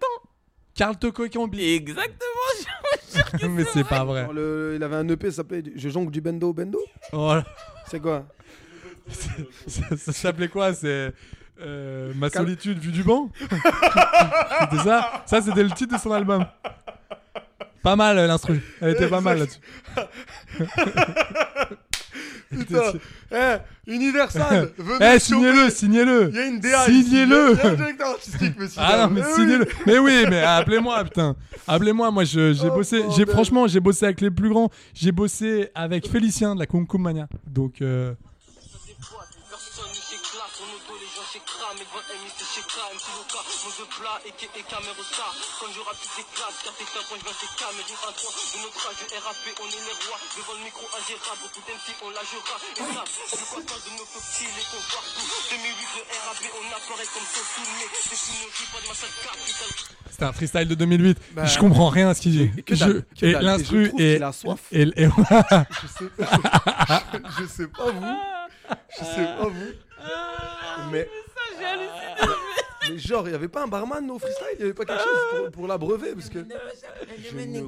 Carl Toko Kambi.
Exactement, je vous jure.
Mais c'est pas vrai.
Oh
Genre le- Il avait un EP, ça s'appelait du- Je jongle du bendo au bendo
Oh là-
C'est quoi
ça ça s'appelait quoi C'est euh, Ma solitude vue du banc C'était ça Ça, c'était le titre de son album. Pas mal euh, l'instru. Elle était pas mal là-dessus.
Putain Eh, Universal
Eh,
Venez
signez-le, signez-le
Il y a une DA
Signez-le
Il y a un directeur artistique, monsieur
Ah non, mais
Eh oui.
signez-le Mais oui, mais appelez-moi, putain Appelez-moi, moi, je- j'ai
Oh,
bossé, j'ai
bordel.
franchement, j'ai bossé avec les plus grands, j'ai bossé avec Félicien de la Kumkum Mania. Donc, euh, c'était un freestyle de 2008.
Bah,
je comprends rien à ce qu'il dit.
que
Je-
dalle, que dalle.
et
Et je
l'instru
trouve
et,
qu'il a soif.
et, et-
Je sais, je, je sais pas vous. Je sais pas vous.
Ah,
Mais. Ah, Mais genre, il y avait pas un barman au freestyle Il y avait pas quelque chose pour, pour l'abreuver Parce que. Je ne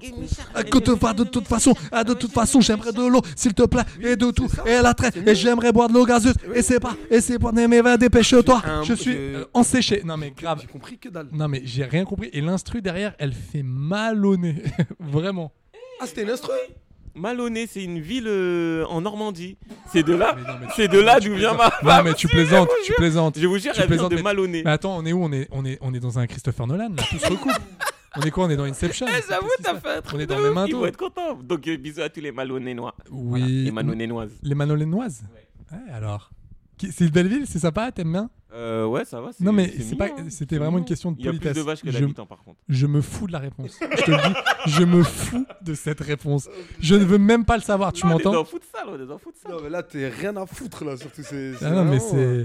Ah, que te voir de toute façon, ah, de toute façon, j'aimerais de l'eau, s'il te plaît, et de tout, et la traite, et j'aimerais boire de l'eau gazeuse, et c'est pas, et c'est pas, mais va, dépêche-toi,
J'ai un-
je suis
j'ai-
euh, enséché. Non, mais grave,
J'ai compris que dalle.
non, mais j'ai rien compris, et l'instru derrière, elle fait mal au nez, vraiment.
Ah, c'était une instru
Malonnet, c'est une ville euh, en Normandie. C'est de là,
Mais non, mais tu-
c'est de là d'où vient ma.
Bah,
Non, mais tu plaisantes, tu plaisantes.
Je vous jure,
tu
elle vient
plaisantes,
de
mais-
Malonnet.
Mais attends, on est où on est, on, est, on est dans un Christopher Nolan, là, tout se recoupe. on est quoi On est dans Inception
Eh, j'avoue,
Qu'est-ce qui
t'as
se
fait un
passe On
truc
est
de
dans
ouf,
le même
Ils
intro.
vont être contents. Donc, euh, bisous à tous les Malonnénois.
Oui.
Les Malonnénoises.
Les Manolénoises Ouais, alors. Qui- C'est une belle ville, c'est sympa, t'aimes bien
Euh, ouais, ça va. c'est-
Non, mais
c'est
c'est pas-
mignon, hein.
c'était
C'est
vraiment
mignon.
une question de
Il y a plus de
politesse.
vaches que
Je-
d'habitants, par contre.
Je me fous de la réponse. Je te le dis, je me fous de cette réponse. Je ne veux même pas le savoir, tu
Non, On est
m'entends
dans foot sale, on est dans foot sale.
Non, mais là, t'es rien à foutre, là, surtout. C'est. c'est
ah non, mais
vraiment, euh,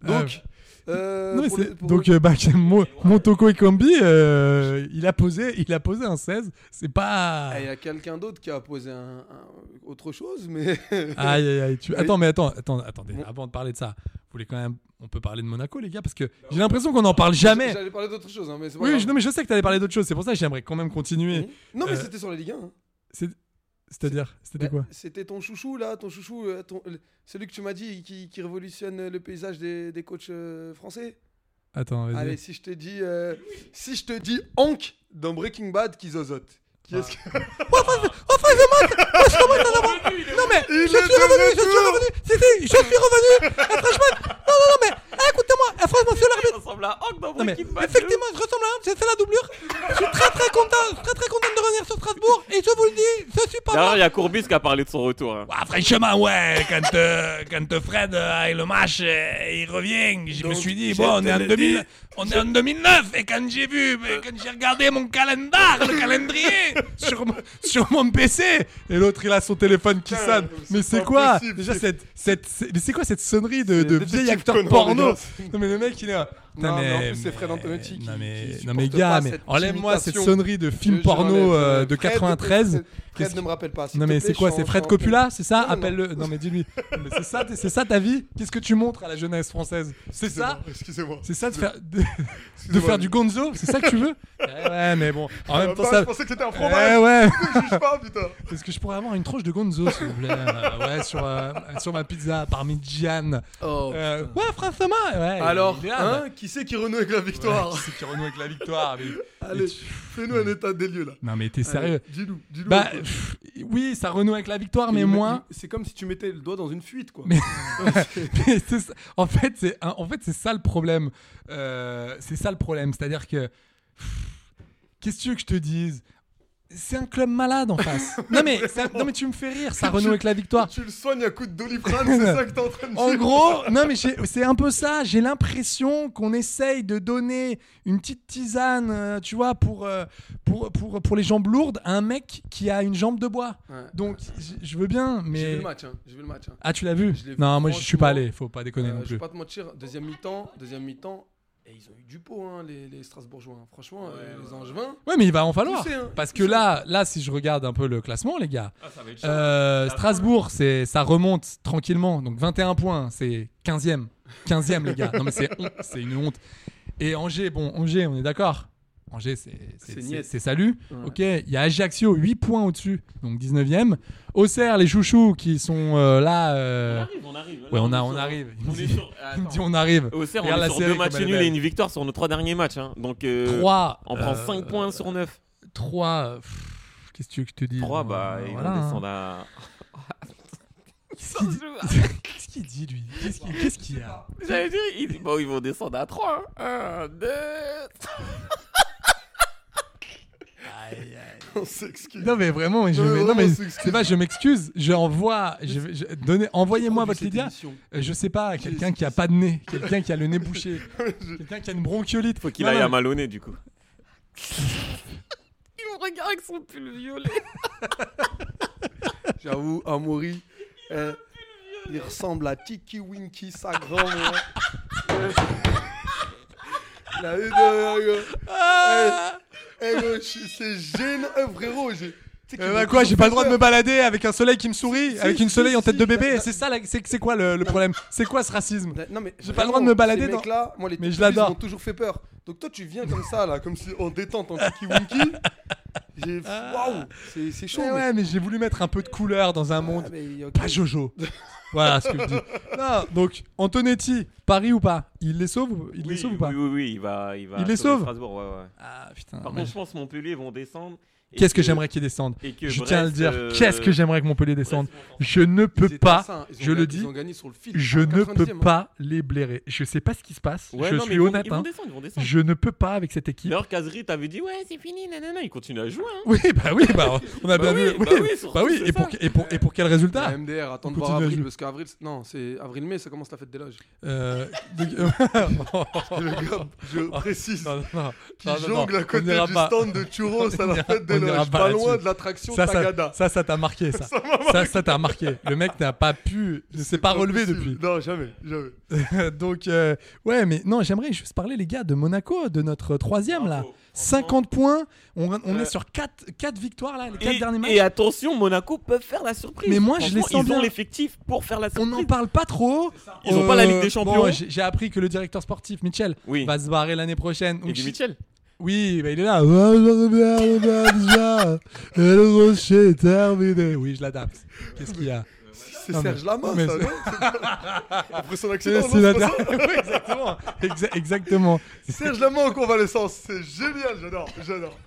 c'est.
Donc, euh,
Non, mais
pour
c'est-
les- pour-
donc euh, bah, que Mo- Montoko et Combi, euh, il a posé, il a posé un 16. C'est pas.
Ah, il y a quelqu'un d'autre qui a posé un, un- autre chose, mais.
Aïe aïe aïe. tu-
Mais-
Attends mais attends attends attendez.
Bon.
Avant de parler de ça, vous voulez quand même, on peut parler de Monaco les gars parce que j'ai l'impression qu'on n'en parle jamais.
J'allais parler d'autre chose, hein, mais c'est pas
Oui,
grave.
je, non, mais je sais que t'allais parler d'autre chose. C'est pour ça que j'aimerais quand même continuer.
Non, mais
Euh,
c'était sur la Ligue 1. hein.
c'est- C'est-à-dire, c'était
Bah,
quoi
C'était ton chouchou, là, ton chouchou, euh, ton- le- celui que tu m'as dit qui, qui révolutionne le paysage des, des coachs euh, français.
Attends, vas-y.
Allez, si je te dis. euh, si je te dis Hank dans Breaking Bad qui zozote. Qui est-ce
Ah.
que.
Enfin, je manque Oh, Je suis revenu dans la banque Non, mais je suis revenu Je suis revenu Si, si, je suis revenu Eh, Franchement Non, non, non, mais eh, écoutez-moi eh, Franchement, monsieur l'arbitre
ressemble à Hawk dans
Non, mais
Breaking Bad.
effectivement, je ressemble à un, j'ai fait la doublure Je suis très très content je suis Très très content de revenir sur Strasbourg Et je vous le dis, je suis pas
D'ailleurs, il
mort
y a Courbis qui a parlé de son retour. hein.
Ah, franchement, ouais, quand, euh, quand Fred euh, aille le match, euh, il revient, je me suis dit, bon, on est, en 2000 on est en 2009, et quand j'ai vu,
Euh.
mais quand j'ai regardé mon calendar, le calendrier,
sur, mon- sur mon PC et l'autre il a son téléphone
Ah,
qui sonne mais c'est quoi déjà cette, cette c'est- mais c'est quoi cette sonnerie de, de vieil acteur
Conan,
porno
déjà.
non mais le mec il est là. Putain,
Non, mais en
mais-
plus, c'est Fred
mais-
Antonetti qui-
non mais,
qui
non, mais
supporte
gars
pas
mais
cette
enlève-moi cette
imitation.
sonnerie de film
Je- je
porno
l'enlève,
euh,
euh,
de
Fred,
93
Fred,
Qu'est-ce
Fred ne me rappelle pas. s'il
non
te
mais
plaît,
c'est quoi
je
c'est
suis en-
Fred
je suis en-
Coppola c'est ça Ah,
Non, non.
appelle-le non mais dis-lui Mais c'est ça t'es- c'est ça ta vie qu'est-ce que tu montres à la jeunesse française c'est ça
Excusez-moi.
c'est ça de faire de, de faire du Gonzo c'est ça que tu veux Eh ouais mais bon en
Ah,
même temps
bah,
ça
que c'était un
Eh ouais
je juge pas, putain.
Est-ce que je pourrais avoir une tranche de gonzo, s'il vous plaît Euh, Ouais, sur, euh, sur ma pizza parmigiane.
Oh,
Euh, ouais, François ouais,
Alors,
Eh, il est là,
hein, qui c'est qui renoue avec la
mais-
victoire
Ouais, qui c'est qui renoue avec la victoire mais-
Allez,
mais tu-
fais-nous un état des lieux là.
Non, mais t'es sérieux
Allez, Dis-nous, dis-nous.
Bah,
quoi.
pff, oui, ça renoue avec la victoire, mais
Il me-
moins.
il- C'est comme si tu mettais le doigt dans une fuite, quoi.
Mais- Mais c'est ça- en fait, c'est un- en fait c'est ça le problème. Euh, c'est ça le problème, c'est-à-dire que pff, qu'est-ce que tu veux que je te dise C'est un club malade en face. non mais ça- non mais tu me fais rire, ça renoue avec la victoire.
Tu le soignes à coups de doliprane, c'est ça que t'es en train de dire.
En gros, non mais j'ai- c'est un peu ça. J'ai l'impression qu'on essaye de donner une petite tisane, euh, tu vois, pour, euh, pour, pour, pour les jambes lourdes à un mec qui a une jambe de bois.
Ouais.
Donc j- je veux bien,
J'ai vu
mais
le match, hein. J'ai vu le match. Hein.
ah tu l'as vu
Je l'ai vu,
Non, moi je suis pas
franchement.
allé. Faut pas déconner
Euh,
non
je vais
plus.
pas te mentir, deuxième mi-temps, deuxième mi-temps, et ils ont eu du pot, hein, les, les Strasbourgeois. hein. Franchement, euh, les Angevins.
Ouais, mais il va en falloir.
Poussez, hein,
parce que
poussez.
là, là, si je regarde un peu le classement, les gars, euh, Strasbourg, c'est, ça remonte tranquillement. Donc 21 points, c'est 15e. 15e, les gars. Non, mais c'est, hon- c'est une honte. Et Angers, bon, Angers, on est d'accord. Angers, c'est, c'est,
C'est
c'est-
niet.
c'est salut. Ok, il y a Ajaccio, 8 points au-dessus, donc 19e. Auxerre, les chouchous qui sont euh, là. euh,
On arrive, on arrive. Là,
Ouais, on, a,
est
on
sur-
arrive.
On est sur.
Il me dit,
Attends.
on arrive.
Au CER, on
Regarde
est
la
sur
série, comme
deux matchs
elle est
nuls et
belle.
une victoire sur nos trois derniers matchs. hein. Donc, euh,
3.
on prend 5 points sur 9.
3. pff, Qu'est-ce que tu veux que je te dise
3,
moi
bah, ils
Voilà,
vont
hein.
descendre à.
Qu'est-ce qu'il dit- Qu'est-ce qu'il dit, lui Qu'est-ce qu'il qu'est-ce qu'il y a
J'allais dire, ils... bon, ils vont descendre à hein. 3. 1, 2.
On s'excuse.
Non, mais vraiment, je,
Non, mais
mais- non, mais
vraiment, c'est excuse.
c'est pas, je m'excuse. Je envoie. Je, vais- je- donnez- Envoyez-moi votre Lydia. Euh, Je sais pas, quelqu'un qui a pas de nez, quelqu'un qui a le nez bouché, quelqu'un qui a une bronchiolite.
Faut qu'il
Non,
aille
non,
à Malonnet, du coup.
J'avoue, Amaury, euh, il ressemble à Tiki Winky, sa grand-mère. Euh, Il a eu de.
Ah.
Eh, eh, gros, je- c'est gênant, Eh, frérot. j'ai- tu sais qu'ils
Euh,
m'ont
bah quoi, j'ai
toujours
pas
fait
le droit de
peur.
me balader avec un soleil qui me sourit,
Si,
avec une
si,
soleil en
si,
tête de
si,
bébé.
la-
C'est ça, la- c'est c'est quoi le, le problème C'est quoi ce racisme
Non mais
J'ai pas le droit de me balader
Ces
dans-
mecs-là, moi les
Mais je
touristes
l'adore.
m'ont toujours fait peur. Donc toi tu viens comme ça là, comme si en détente en tiki winky. J'ai waouh, c'est c'est chaud. Ah,
Mais Ah. Eh ouais, Bah, mais j'ai voulu mettre un peu de couleur dans un monde
mais il y a-
pas Jojo. voilà ce que je dis. Non, donc Antonetti, Paris ou pas Il les sauve ou- Il les sauve ou pas
oui, oui, oui, il va. Il, va
Il les
sauver
sauve
Strasbourg, ouais, ouais.
Ah putain.
Par
moi,
contre, je pense que Montpellier vont descendre. et
Qu'est-ce que j'aimerais qu'ils descendent
et que
Je
Brest,
tiens à le dire.
euh,
Qu'est-ce que j'aimerais que Montpellier descende Je ne
ils
peux
étaient à
pas,
ça, ils ont
je
gagné-
le dis,
Ils ont gagné sur le fil.
je
en
ne peux
90e, hein.
pas les blairer. Je sais pas ce qui se passe.
Ouais,
je
non, mais
suis
ils vont-
honnête.
Ils vont
hein.
descendre, ils vont descendre.
Je ne peux pas avec cette équipe.
Leur caserie, t'avais dit, ouais, c'est fini, nanana. Ils continuent à jouer, hein.
Oui, bah oui, bah on a
Bah
bien
oui,
vu.
bah oui, surtout,
bah oui.
c'est
Et pour,
ça.
et pour et pour quel résultat
La MDR, attends de
On
voir
continue à jouer.
avril parce qu'avril, c'est- non c'est avril-mai, ça commence la fête des loges.
Euh, donc-
Je précise.
Non, non, non.
Qui
Oh. Non, non, non.
jongle à
On
côté
n'ira
du
pas.
stand de churros à la fête des
revenir
loge,
à
pas loin de l'attraction
ça,
Tagada.
Ça, ça, ça t'a marqué, ça.
Ça m'a
ça, ça t'a marqué. Le mec n'a pas pu, ne s'est pas, relevé depuis.
Non, jamais, jamais.
Donc, euh, ouais, mais non, j'aimerais juste parler, les gars, de Monaco, de notre troisième, là. 50 points, on, on
Euh,
est sur 4, victoires, là, les 4
Et,
derniers matchs.
et attention, Monaco peut faire la surprise.
Mais moi, je les
Franchement,
sens
Ils ont
bien.
l'effectif pour faire la
On
surprise.
n'en parle pas trop. Euh,
Ils ont pas la Ligue des Champions.
bon, j'ai Bah, j'ai appris que le directeur sportif, Mitchell,
Oui.
va se barrer l'année prochaine. Donc,
du
je-
Mitchell.
Oui, bah, il est là. Et le rocher est terminé. Oui, je l'adapte. Qu'est-ce qu'il y a
C'est
Non, mais-
Serge Lama,
mais
ça,
c'est-
non Après son accident,
C'est
non,
c'est
c'est pas
la
ça
Oui, exactement. Exa- exactement.
Serge Lama en convalescence, c'est génial, j'adore, j'adore.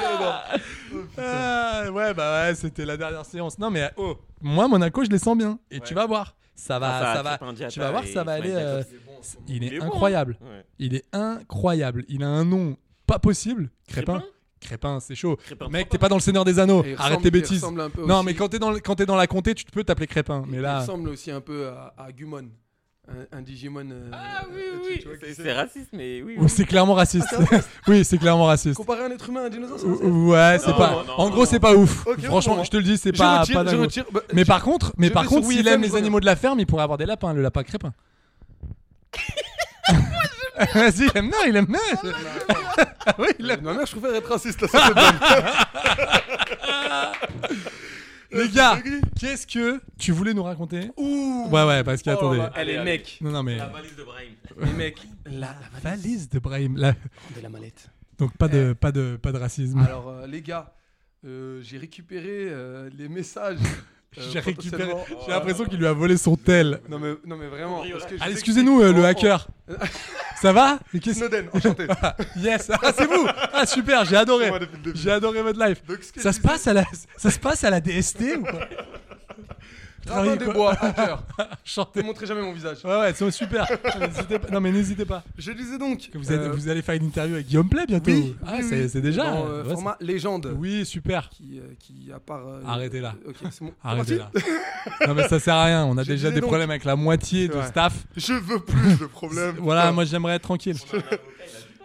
j'adore.
Ah, ouais, bah ouais, c'était la dernière séance. Non, mais oh, moi, Monaco, je les sens bien. Et tu vas voir. Ça va,
Ah, ça va,
bah, ça va.
Tripin Diatta
Tu vas voir,
et
ça va aller.
Ismail
euh,
Jakobs.
c- il est,
Il est bon,
incroyable.
hein. Ouais.
Il est incroyable. Il a un nom pas possible. Crépin.
Crépin
Crépin, c'est chaud.
Crépin
Mec,
Crépin.
t'es pas dans le Seigneur des Anneaux.
Et il
Oh, Arrête
ressemble-
tes
il
bêtises.
ressemble un peu
Non,
aussi-
mais quand t'es dans, le- quand t'es dans la comté, tu te peux t'appeler Crépin. Mais
Il
là.
ressemble aussi un peu à, à Gumon, un, un Digimon. euh,
Ah oui,
euh, tu-
oui,
tu vois qui
c'est- c'est raciste, mais oui.
Oh, C'est clairement raciste.
Ah,
oui, c'est clairement raciste.
Comparer un être humain à un dinosaure, c'est raciste.
Ouais, c'est
Non,
pas.
non, non,
en
non,
gros,
non.
c'est pas ouf.
Ok,
Franchement,
bon.
je te le dis, c'est
Je
pas.
retire,
pas
je
dingo.
retire. Bah,
Mais
je-
par contre, mais
je
par
vais
contre,
sur
s'il
WFM,
aime
je
les
reviens.
animaux de la ferme, il pourrait avoir des lapins, le lapin crépin. Vas-y, il aime non, il aime non. Ah oui, il aime.
Ma mère, je préfère être raciste, là, ça c'est dingue.
Les gars, qu'est-ce que tu voulais nous raconter
Ouh
Ouais, ouais, parce que
Oh là
attendez.
là, Elle est mec,
Non, non, mais
valise de Brahim.
les mecs, la, la
valise de Brahim. là.
de la mallette.
Donc pas de, pas de, pas de racisme.
Alors, euh, les gars, euh, j'ai récupéré euh, les messages. euh,
J'ai récupéré.
potentiellement-
J'ai l'impression qu'il lui a volé son tel.
Non mais, non mais vraiment. parce que je
Allez,
sais
excusez-nous,
que-
euh, le
Oh, oh,
hacker. Ça va Mais qu'est-ce-
Snowden, enchanté.
Yes, ah, c'est vous. Ah super, j'ai adoré.
Moi, depuis le début.
J'ai adoré votre live.
Donc, ce que
Ça
je
se
disais-
passe à la ça se passe à la DST ou quoi
Rabbin
Travailler
des
quoi
bois, hacker. Ne
Chanter.
montrez jamais mon visage.
Ouais ouais, c'est super. N'hésitez pas- Non mais n'hésitez pas.
Je disais donc.
Que vous allez
euh,
vous allez faire une interview avec Guillaume Play bientôt.
oui,
ah,
oui,
c'est
oui,
c'est déjà
dans, euh,
ouais,
format
c'est-
légende.
Oui, super.
Qui, euh, qui à part. euh,
Arrêtez là.
Ok, c'est bon.
Arrêtez là.
Parti.
Non mais ça sert à rien, on a
Je
déjà
disais
des
donc-
problèmes avec la moitié de
Ouais.
staff.
Je veux plus le problème.
Voilà, moi j'aimerais être tranquille.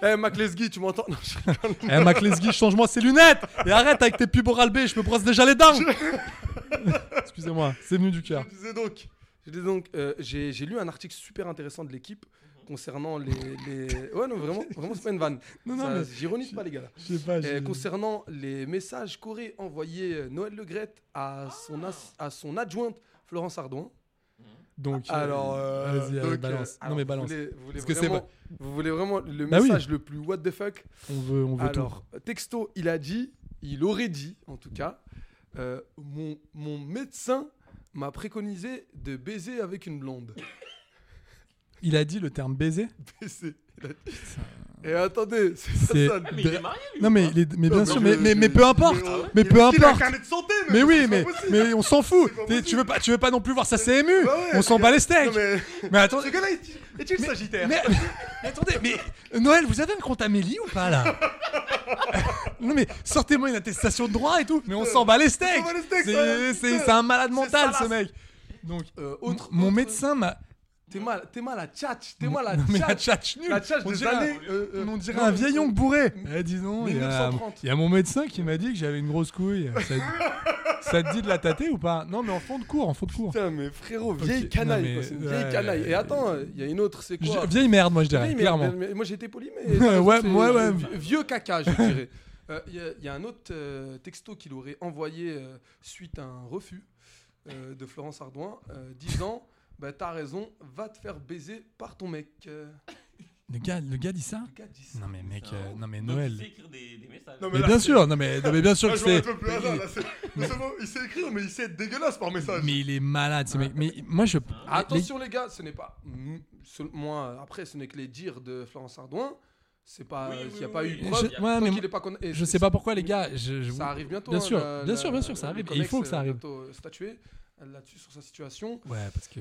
Eh, Mac Lesguy, tu m'entends Non, je rigole.
Eh Mac Lesguy, change-moi ses lunettes et arrête avec tes pubs au ralbé, je me brosse déjà les dents. Excusez-moi, c'est venu du cœur.
Je disais donc. Je disais donc. euh, J'ai j'ai lu un article super intéressant de l'équipe concernant les, les- Ouais, non, vraiment, vraiment, c'est pas une vanne.
Non, non,
Ça-
mais-
J'ironise pas, les gars. là.
Je sais pas.
Euh,
j'ai-
concernant les messages qu'aurait envoyé euh, Noël Legrette à, son as- à son adjointe Florence Ardouin.
Donc, euh,
Alors, euh,
vas-y, allez,
donc, euh,
balance.
alors,
non, mais
vous
balance.
voulez- Vous voulez,
Parce que c'est
vraiment, vous voulez vraiment le
Bah oui.
message le plus what the fuck
On veut, on veut
Alors, texto, il a dit, il aurait dit en tout cas, euh, mon, mon médecin m'a préconisé de baiser avec une blonde.
tout. Il a dit le terme baiser.
Baiser, il a dit. Et attendez, c'est ça,
C'est-
ça,
Mais il est marié, lui.
Non, mais, il est, mais bien
Non,
sûr,
mais
mais,
je-
mais,
je-
mais peu
je-
importe.
mais on-
Mais peu
Il a un
importe.
carnet de santé, même,
Mais oui,
c'est
mais,
pas possible.
mais on s'en fout.
pas
T'es- Tu
possible.
veux pas, tu veux pas non plus voir sa CMU.
Bah ouais,
on s'en bat les
Non,
steaks. Mais...
mais...
attendez.
Ce gars-là est-il est-il
Mais-
sagittaire
Mais, mais attendez, mais Noël, vous avez un compte Amélie ou pas là Non mais sortez-moi une attestation de droit et tout. Mais on s'en bat les steaks.
On s'en bat les steaks,
C'est-
voilà,
C'est
putain.
c'est un malade
C'est
mental
ça,
ce
là.
mec. Donc,
Euh,
mon-
autre-
mon
autre-
médecin m'a
T'es mal, t'es mal à tchatch, t'es mal à
Non, mais la
tchatch.
tchatch nulle.
La tchatch
on
des
dirait,
années,
un-
euh, euh,
on dirait
non,
un
mais-
vieil oncle bourré. Eh, dis donc, il y, a-
1930.
il y a mon médecin qui m'a dit que j'avais une grosse couille. Ça, te- ça te dit de la tâter ou pas Non, mais en fond de cours, en fond de cours.
Putain, mais frérot, vieille
non,
canaille,
mais-
quoi, c'est une
ouais.
vieille canaille. Et attends, il y a une autre, c'est quoi
Je- vieille merde, moi je dirais,
Vieille, mais-
clairement.
mais- moi j'ai été poli, mais. t'as raison,
Ouais,
c'est
ouais, ouais.
vi- Vieux caca, je dirais. Euh, Il y a- il y, a un autre euh, texto qu'il aurait envoyé euh, suite à un refus euh, de Florence Ardouin, euh, disant Bah t'as raison, va te faire baiser par ton mec. Euh,
Le, gars, le gars dit ça
le gars dit ça.
Non, mais mec,
un
euh,
ouf.
non, mais
Donc,
Noël.
il sait écrire des, des messages.
Non,
Mais
là,
bien
c'est-
sûr, non, mais, non, mais bien sûr
là,
que
Ah, je m'en
c'est.
peux plus à ça, là, c'est- non seulement il sait écrire, mais il sait être dégueulasse par message.
Mais il est malade ce mec. Mais moi je. ah,
Attention les gars, ce n'est pas mm, seul- moi après ce n'est que les dires de Florence Ardouin, c'est pas
Oui,
il
oui,
n'y a
oui,
pas
oui.
eu preuve.
Je- ouais,
tant
mais
qu'il
moi-
est pas conna- et
Je
c'est-
sais pas pourquoi les gars. Je, je-
ça arrive bientôt.
Bien
hein,
sûr,
la-
bien sûr,
la-
bien sûr, ça
le
arrive. Et il
Comex,
faut que ça
euh,
arrive.
bientôt, euh, statué euh, là-dessus sur sa situation.
Ouais, parce que.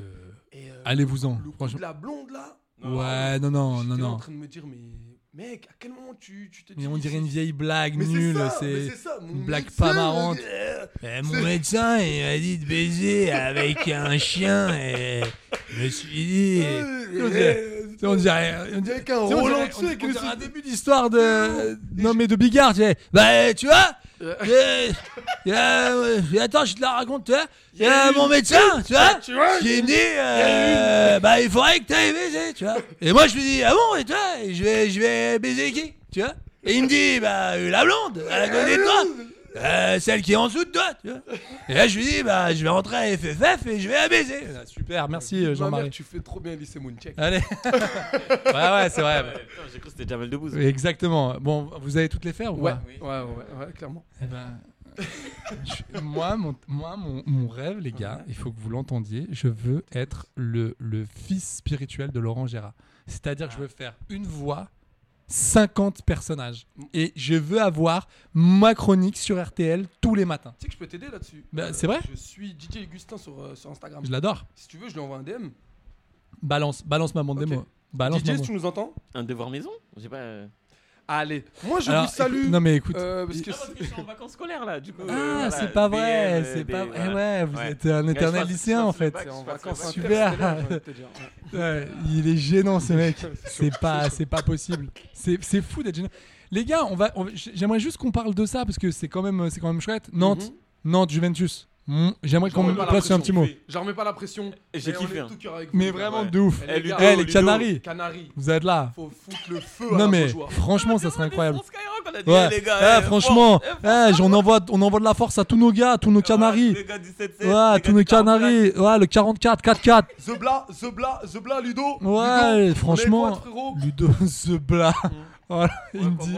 Et, euh,
Allez-vous-en,
le coup
franchement.
de la blonde là. Ah,
Ouais, non, non, non,
j'étais en
non.
train de me dire mais mec, à quel moment tu tu t'es
Mais
dit,
on dirait
c'est-
une vieille blague
mais c'est
nulle.
ça, mais
C'est
c'est ça, mon
une blague
médecin,
pas marrante.
euh,
Eh, mon médecin, il m'a dit de baiser avec un chien et je me suis dit.
euh,
On dirait-
euh,
On dirait, on dirait
Avec un
tu sais, on
Roland
dirait-
dessus, avec
on
une-
dirait un début d'histoire de. Non, mais de Bigard, tu sais. Bah, tu vois,
Euh, euh, euh, attends, je te la raconte, tu vois. Il y a mon médecin, tu vois, qui me dit, euh, bah, il faudrait que tu ailles baiser, tu vois. Et moi, je lui dis, ah bon, et toi, Et je vais, je vais baiser qui, tu vois. Et il me dit, bah, euh, la blonde, à côté de toi. Euh, celle qui est en dessous de toi, tu vois. Et là, je lui dis, bah, je vais entrer à FFF et je vais la baiser. Ah, Super, merci euh,
Ma mère,
Jean-Marie.
tu fais trop bien lycée Mooncheck.
Allez. ouais, ouais, c'est vrai.
Putain, J'ai cru que c'était Jamel Debbouze.
Exactement. Bon, vous allez toutes les faire ou
Ouais,
pas
ouais, ouais, ouais, ouais, clairement.
Eh ben, je- moi, mon, moi mon, mon rêve, les gars, il faut que vous l'entendiez, je veux être le, le fils spirituel de Laurent Gérard. C'est-à-dire que je veux faire une voix, 50 personnages. Et je veux avoir ma chronique sur RTL tous les matins.
Tu sais que je peux t'aider là-dessus. Euh,
Bah, c'est vrai
Je suis DJ Augustin sur, euh, sur Instagram.
Je l'adore.
Si tu veux, je lui envoie un DM.
Balance, balance ma bande
Ok.
des mots. Balance
DJ,
ma
si
bande-
tu nous entends
Un devoir maison J'ai pas. euh,
Allez, moi je
Alors,
vous salue.
écoute- non, mais écoute.
Euh, parce que
Ah, parce que je suis en vacances scolaires là, du coup. Euh,
Ah, c'est pas vrai, c'est pas vrai. Eh Ouais, vous êtes un éternel lycéen en fait.
c'est en vacances
Super.
interstellaires, j'ai envie de te dire. Ouais.
Ouais, Euh, il est gênant ce mec. C'est pas, c'est pas possible. C'est c'est fou d'être gênant. Les gars, on va. on va- J'aimerais juste qu'on parle de ça parce que c'est quand même, c'est quand même chouette. Nantes,
Mhm.
Nantes, Juventus. Mm, J'aimerais qu'on
remets
me
pas la
place un
pression,
petit mot.
Je remets pas la pression.
J'ai
mais on
kiffé,
est
hein.
tout cœur avec vous,
Mais
les gars.
vraiment
Ouais.
de ouf.
Eh, les gars,
Eh les
Ludo,
Canaries,
Canaries.
vous êtes là.
Faut foutre le feu à
Non
la
mais
Beaujoire.
franchement, ça serait incroyable.
on a dit,
Ouais.
eh, les gars,
Ah,
eh,
franchement,
France, eh,
eh, j'en envoie, on envoie de la force à tous nos gars, à tous nos Canaries.
Les gars du 7
Ouais, tous nos Canaries. Ouais, le 44, 4-4.
The Bla, The Bla, The Bla, Ludo. Ludo, on est
Ouais,
les
franchement.
quatre, frérot.
Oh.
Ludo The Blas.
Mm.
Voilà, il me dit.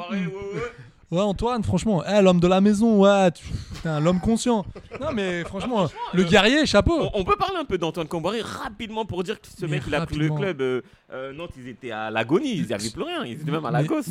Ouais, Antoine, franchement, eh, l'homme de la maison, ouais, tu- putain, l'homme conscient. Non, mais franchement, le guerrier, chapeau.
On, on peut parler un peu d'Antoine Camboiré rapidement pour dire que ce
Mais
mec il a pris le
rapidement.
club. euh, euh, Nantes ils étaient à l'agonie, ils n'y arrivaient plus rien, ils étaient même à la
Mais-
gosse.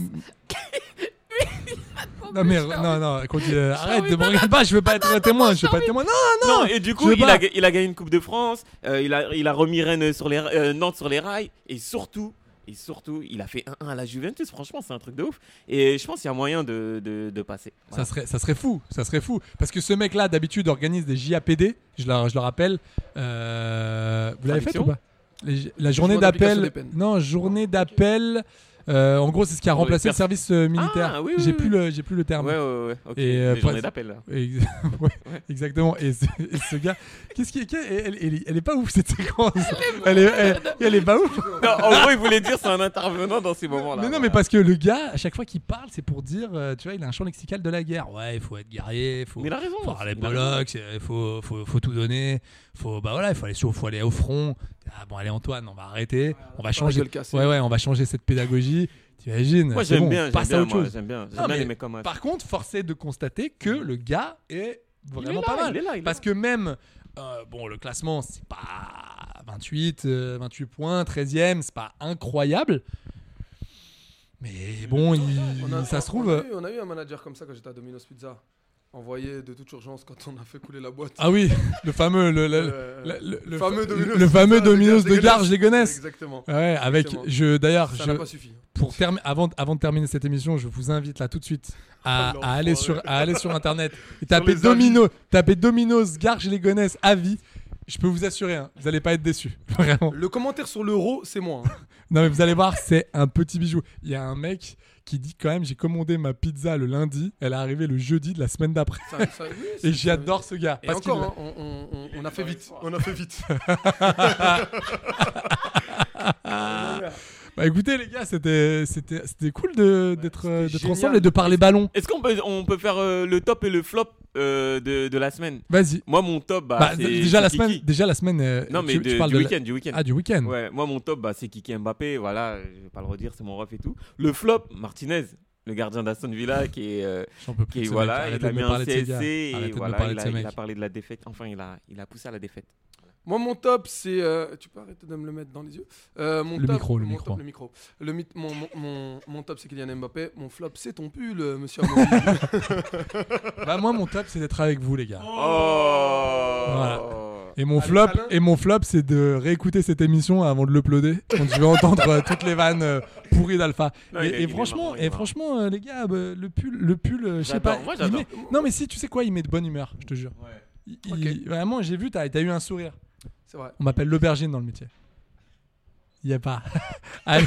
Non, Oh, mais non, non, continue, euh, arrête, ne me regarde pas, je veux pas être témoin, je veux pas être témoin. Non,
Non, et du
je
coup
veux
il
pas.
a, il a gagné une Coupe de France, euh, il, a, il a remis Rennes sur les, ra- euh, Nantes sur les rails et surtout. Et surtout, il a fait 1-1 à la Juventus. Franchement, c'est un truc de ouf. Et je pense qu'il y a moyen de, de, de passer.
Ça serait, ça serait fou, ça serait fou. Parce que ce mec-là, d'habitude, organise des JAPD, je le, je le rappelle. Euh, vous l'avez fait
Traduction
ou pas Les- La journée
d'application
d'appel.
des peines.
Non, journée d'appel. euh, en gros, c'est ce qui a
les
remplacé le
perses.
service euh, militaire.
Ah, oui, oui,
J'ai
oui.
plus, le- j'ai plus le terme.
Ouais, ouais, ouais. Ok.
Et, euh,
Mais j'en ai
pas-
d'appel, là.
Ex- ouais, Exactement. Et ce, et ce gars, qu'est-ce qui, qu'est- elle, elle- elle est pas ouf cette séquence. Elle est, elle, elle est pas ouf.
Non, en gros, il voulait dire c'est un intervenant dans ces moments-là.
mais non,
voilà.
mais parce que le gars, à chaque fois qu'il parle, c'est pour dire, euh, tu vois, il a un champ lexical de la guerre. Ouais, il faut être guerrier, il faut,
Mais il a raison, hein.
faut euh, avoir les
il a
bollocks, il faut, faut, faut tout donner, faut, bah voilà, il faut aller sur, faut aller au front. Ah, bon, allez Antoine, on va arrêter, on va
pas la
changer,
gueule cassée.
ouais ouais, on va changer cette pédagogie. T'imagines
Moi
C'est
j'aime
bon,
bien, j'aime
passe à
bien,
autre
moi,
chose.
j'aime bien, j'aime
Non,
bien
mais
les mecs comme euh, ça.
Par contre, forcé de constater que le gars est vraiment
là,
pas mal.
il est là, il est
parce
là.
que même, euh, bon, le classement, c'est pas 28, euh, 28 points, 13e, c'est pas incroyable. Mais bon, il-
On a-
ça se trouve.
On a,
euh,
eu, on a eu un manager comme ça quand j'étais à Domino's Pizza. Envoyé de toute urgence quand on a fait couler la boîte.
Ah oui, le fameux, le, le-
Euh,
le- le- le-
fameux Domino's
le fameux
Pizza,
Domino's
Dégage,
de Garges des
Dégueulasse.
Gonesse.
Exactement.
Ouais, avec
Exactement.
je d'ailleurs
Ça
je-
n'a pas suffi. hein.
pour termi- avant avant de terminer cette émission, je vous invite là tout de suite à,
Oh,
à aller
l'enfoiré.
sur à aller sur internet et taper
les
Domino, taper Domino's Garges les Gonesse avis. Je peux vous assurer, hein, vous allez pas être déçus, vraiment.
Le commentaire sur l'euro, c'est moi. hein.
Non mais vous allez voir, c'est un petit bijou. Il y a un mec qui dit quand même j'ai commandé ma pizza le lundi, elle est arrivée le jeudi de la semaine d'après.
Ça- ça- oui, c'est-
Et j'adore ce gars.
Et
parce
encore,
qu'il-
hein, on, on- on- on a fait vite. On a fait vite.
hein.
Bah écoutez les gars, c'était c'était c'était cool de d'être euh, d'être
génial.
ensemble et de parler ballon.
Est-ce qu'on peut, on peut faire euh, le top et le flop euh, de, de la semaine
Vas-y.
Moi mon top, bah,
Bah,
c'est
déjà la
c'est
semaine,
Kiki.
déjà la semaine. euh,
Non mais
tu-
de-
tu parles
du
de la-
week-end, du week-end.
Ah du week-end.
Ouais, moi mon top, bah, c'est Kiki Mbappé, voilà, je vais pas le redire, c'est mon ref et tout. Le flop, Martinez, le gardien d'Aston Villa qui est... euh,
J'en peux plus.
qui est-
de ce mec.
voilà,
Arrêtez
il a
de
mis
me
un
parler de ces
CSC
gars.
et
Arrêtez de me
voilà,
parler
il,
de
a,
ce
il
mec.
a parlé de la défaite. Enfin, il a, il a poussé à la défaite.
Moi, mon top, c'est. euh, tu peux arrêter de me le mettre dans les yeux Euh, mon
Le
top-
micro, le
mon
micro.
top, le micro. Le mit- mon, mon, mon- mon top, c'est Kylian Mbappé. Mon flop, c'est ton pull, euh, monsieur Amorim.
Bah moi mon top c'est d'être avec vous les gars.
Oh,
Voilà. Et mon flop,
Alain.
et mon flop, c'est de réécouter cette émission avant de l'uploader quand je vais entendre euh, toutes les vannes euh, pourries d'Alpha.
Non,
Et,
il est-
et
il est
franchement,
marrant, il est
et
marrant.
franchement, euh, les gars, bah, le pull, le pull, euh, je sais
J'adore,
pas.
moi,
il
j'adore.
met- Non mais si, tu sais quoi, il met de bonne humeur, je te jure. Il- il- Vraiment, j'ai vu, t'as as eu un sourire.
c'est vrai.
On m'appelle l'aubergine dans le métier. Il n'y a pas. Allez,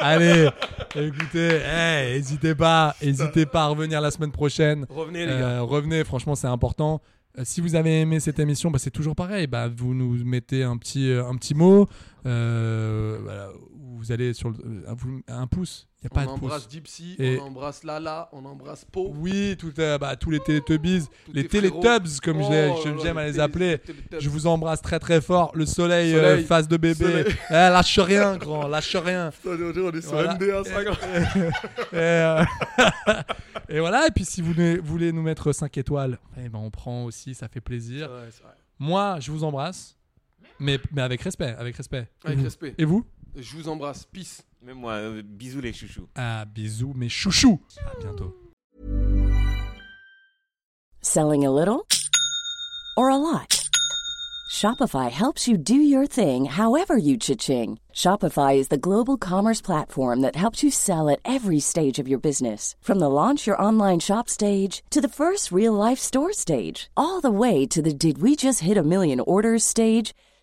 allez, écoutez, hey, n'hésitez pas, n'hésitez pas à revenir la semaine prochaine.
Revenez, les
Euh, revenez, franchement, c'est important. Euh, Si vous avez aimé cette émission, bah, c'est toujours pareil. Bah, vous nous mettez un petit, euh, un petit mot. euh, voilà, vous allez sur le, euh, vous- un pouce. Il n'y a pas
on
de pouce.
embrasse Gypsy,
Et-
on embrasse Lala, on embrasse Po.
Oui, tout, euh, bah, tous les Teletubbies, les
les frérots.
Teletubs, comme je les-
Oh
je-
là là,
j'aime à
les
les
télé-
appeler.
Teletubbies.
Je vous embrasse très très fort. Le soleil, euh,
Soleil.
face de bébé.
Soleil.
Eh, lâche rien, grand, lâche rien.
on est sur
Voilà.
MDA 50.
Et, euh, et voilà, et puis si vous ne- voulez nous mettre 5 étoiles, eh ben on prend aussi, ça fait plaisir. Moi, je vous embrasse, mais, mais avec respect, avec respect. Et
Avec
vous-
respect.
Et vous
Je vous embrasse, peace.
Même moi, euh, bisous les chouchous.
Ah, bisous, mes chouchous. À bientôt.
Selling a little or a lot? Shopify helps you do your thing however you cha-ching. Shopify is the global commerce platform that helps you sell at every stage of your business. From the launch your online shop stage to the first real life store stage, all the way to the did we just hit a million orders stage.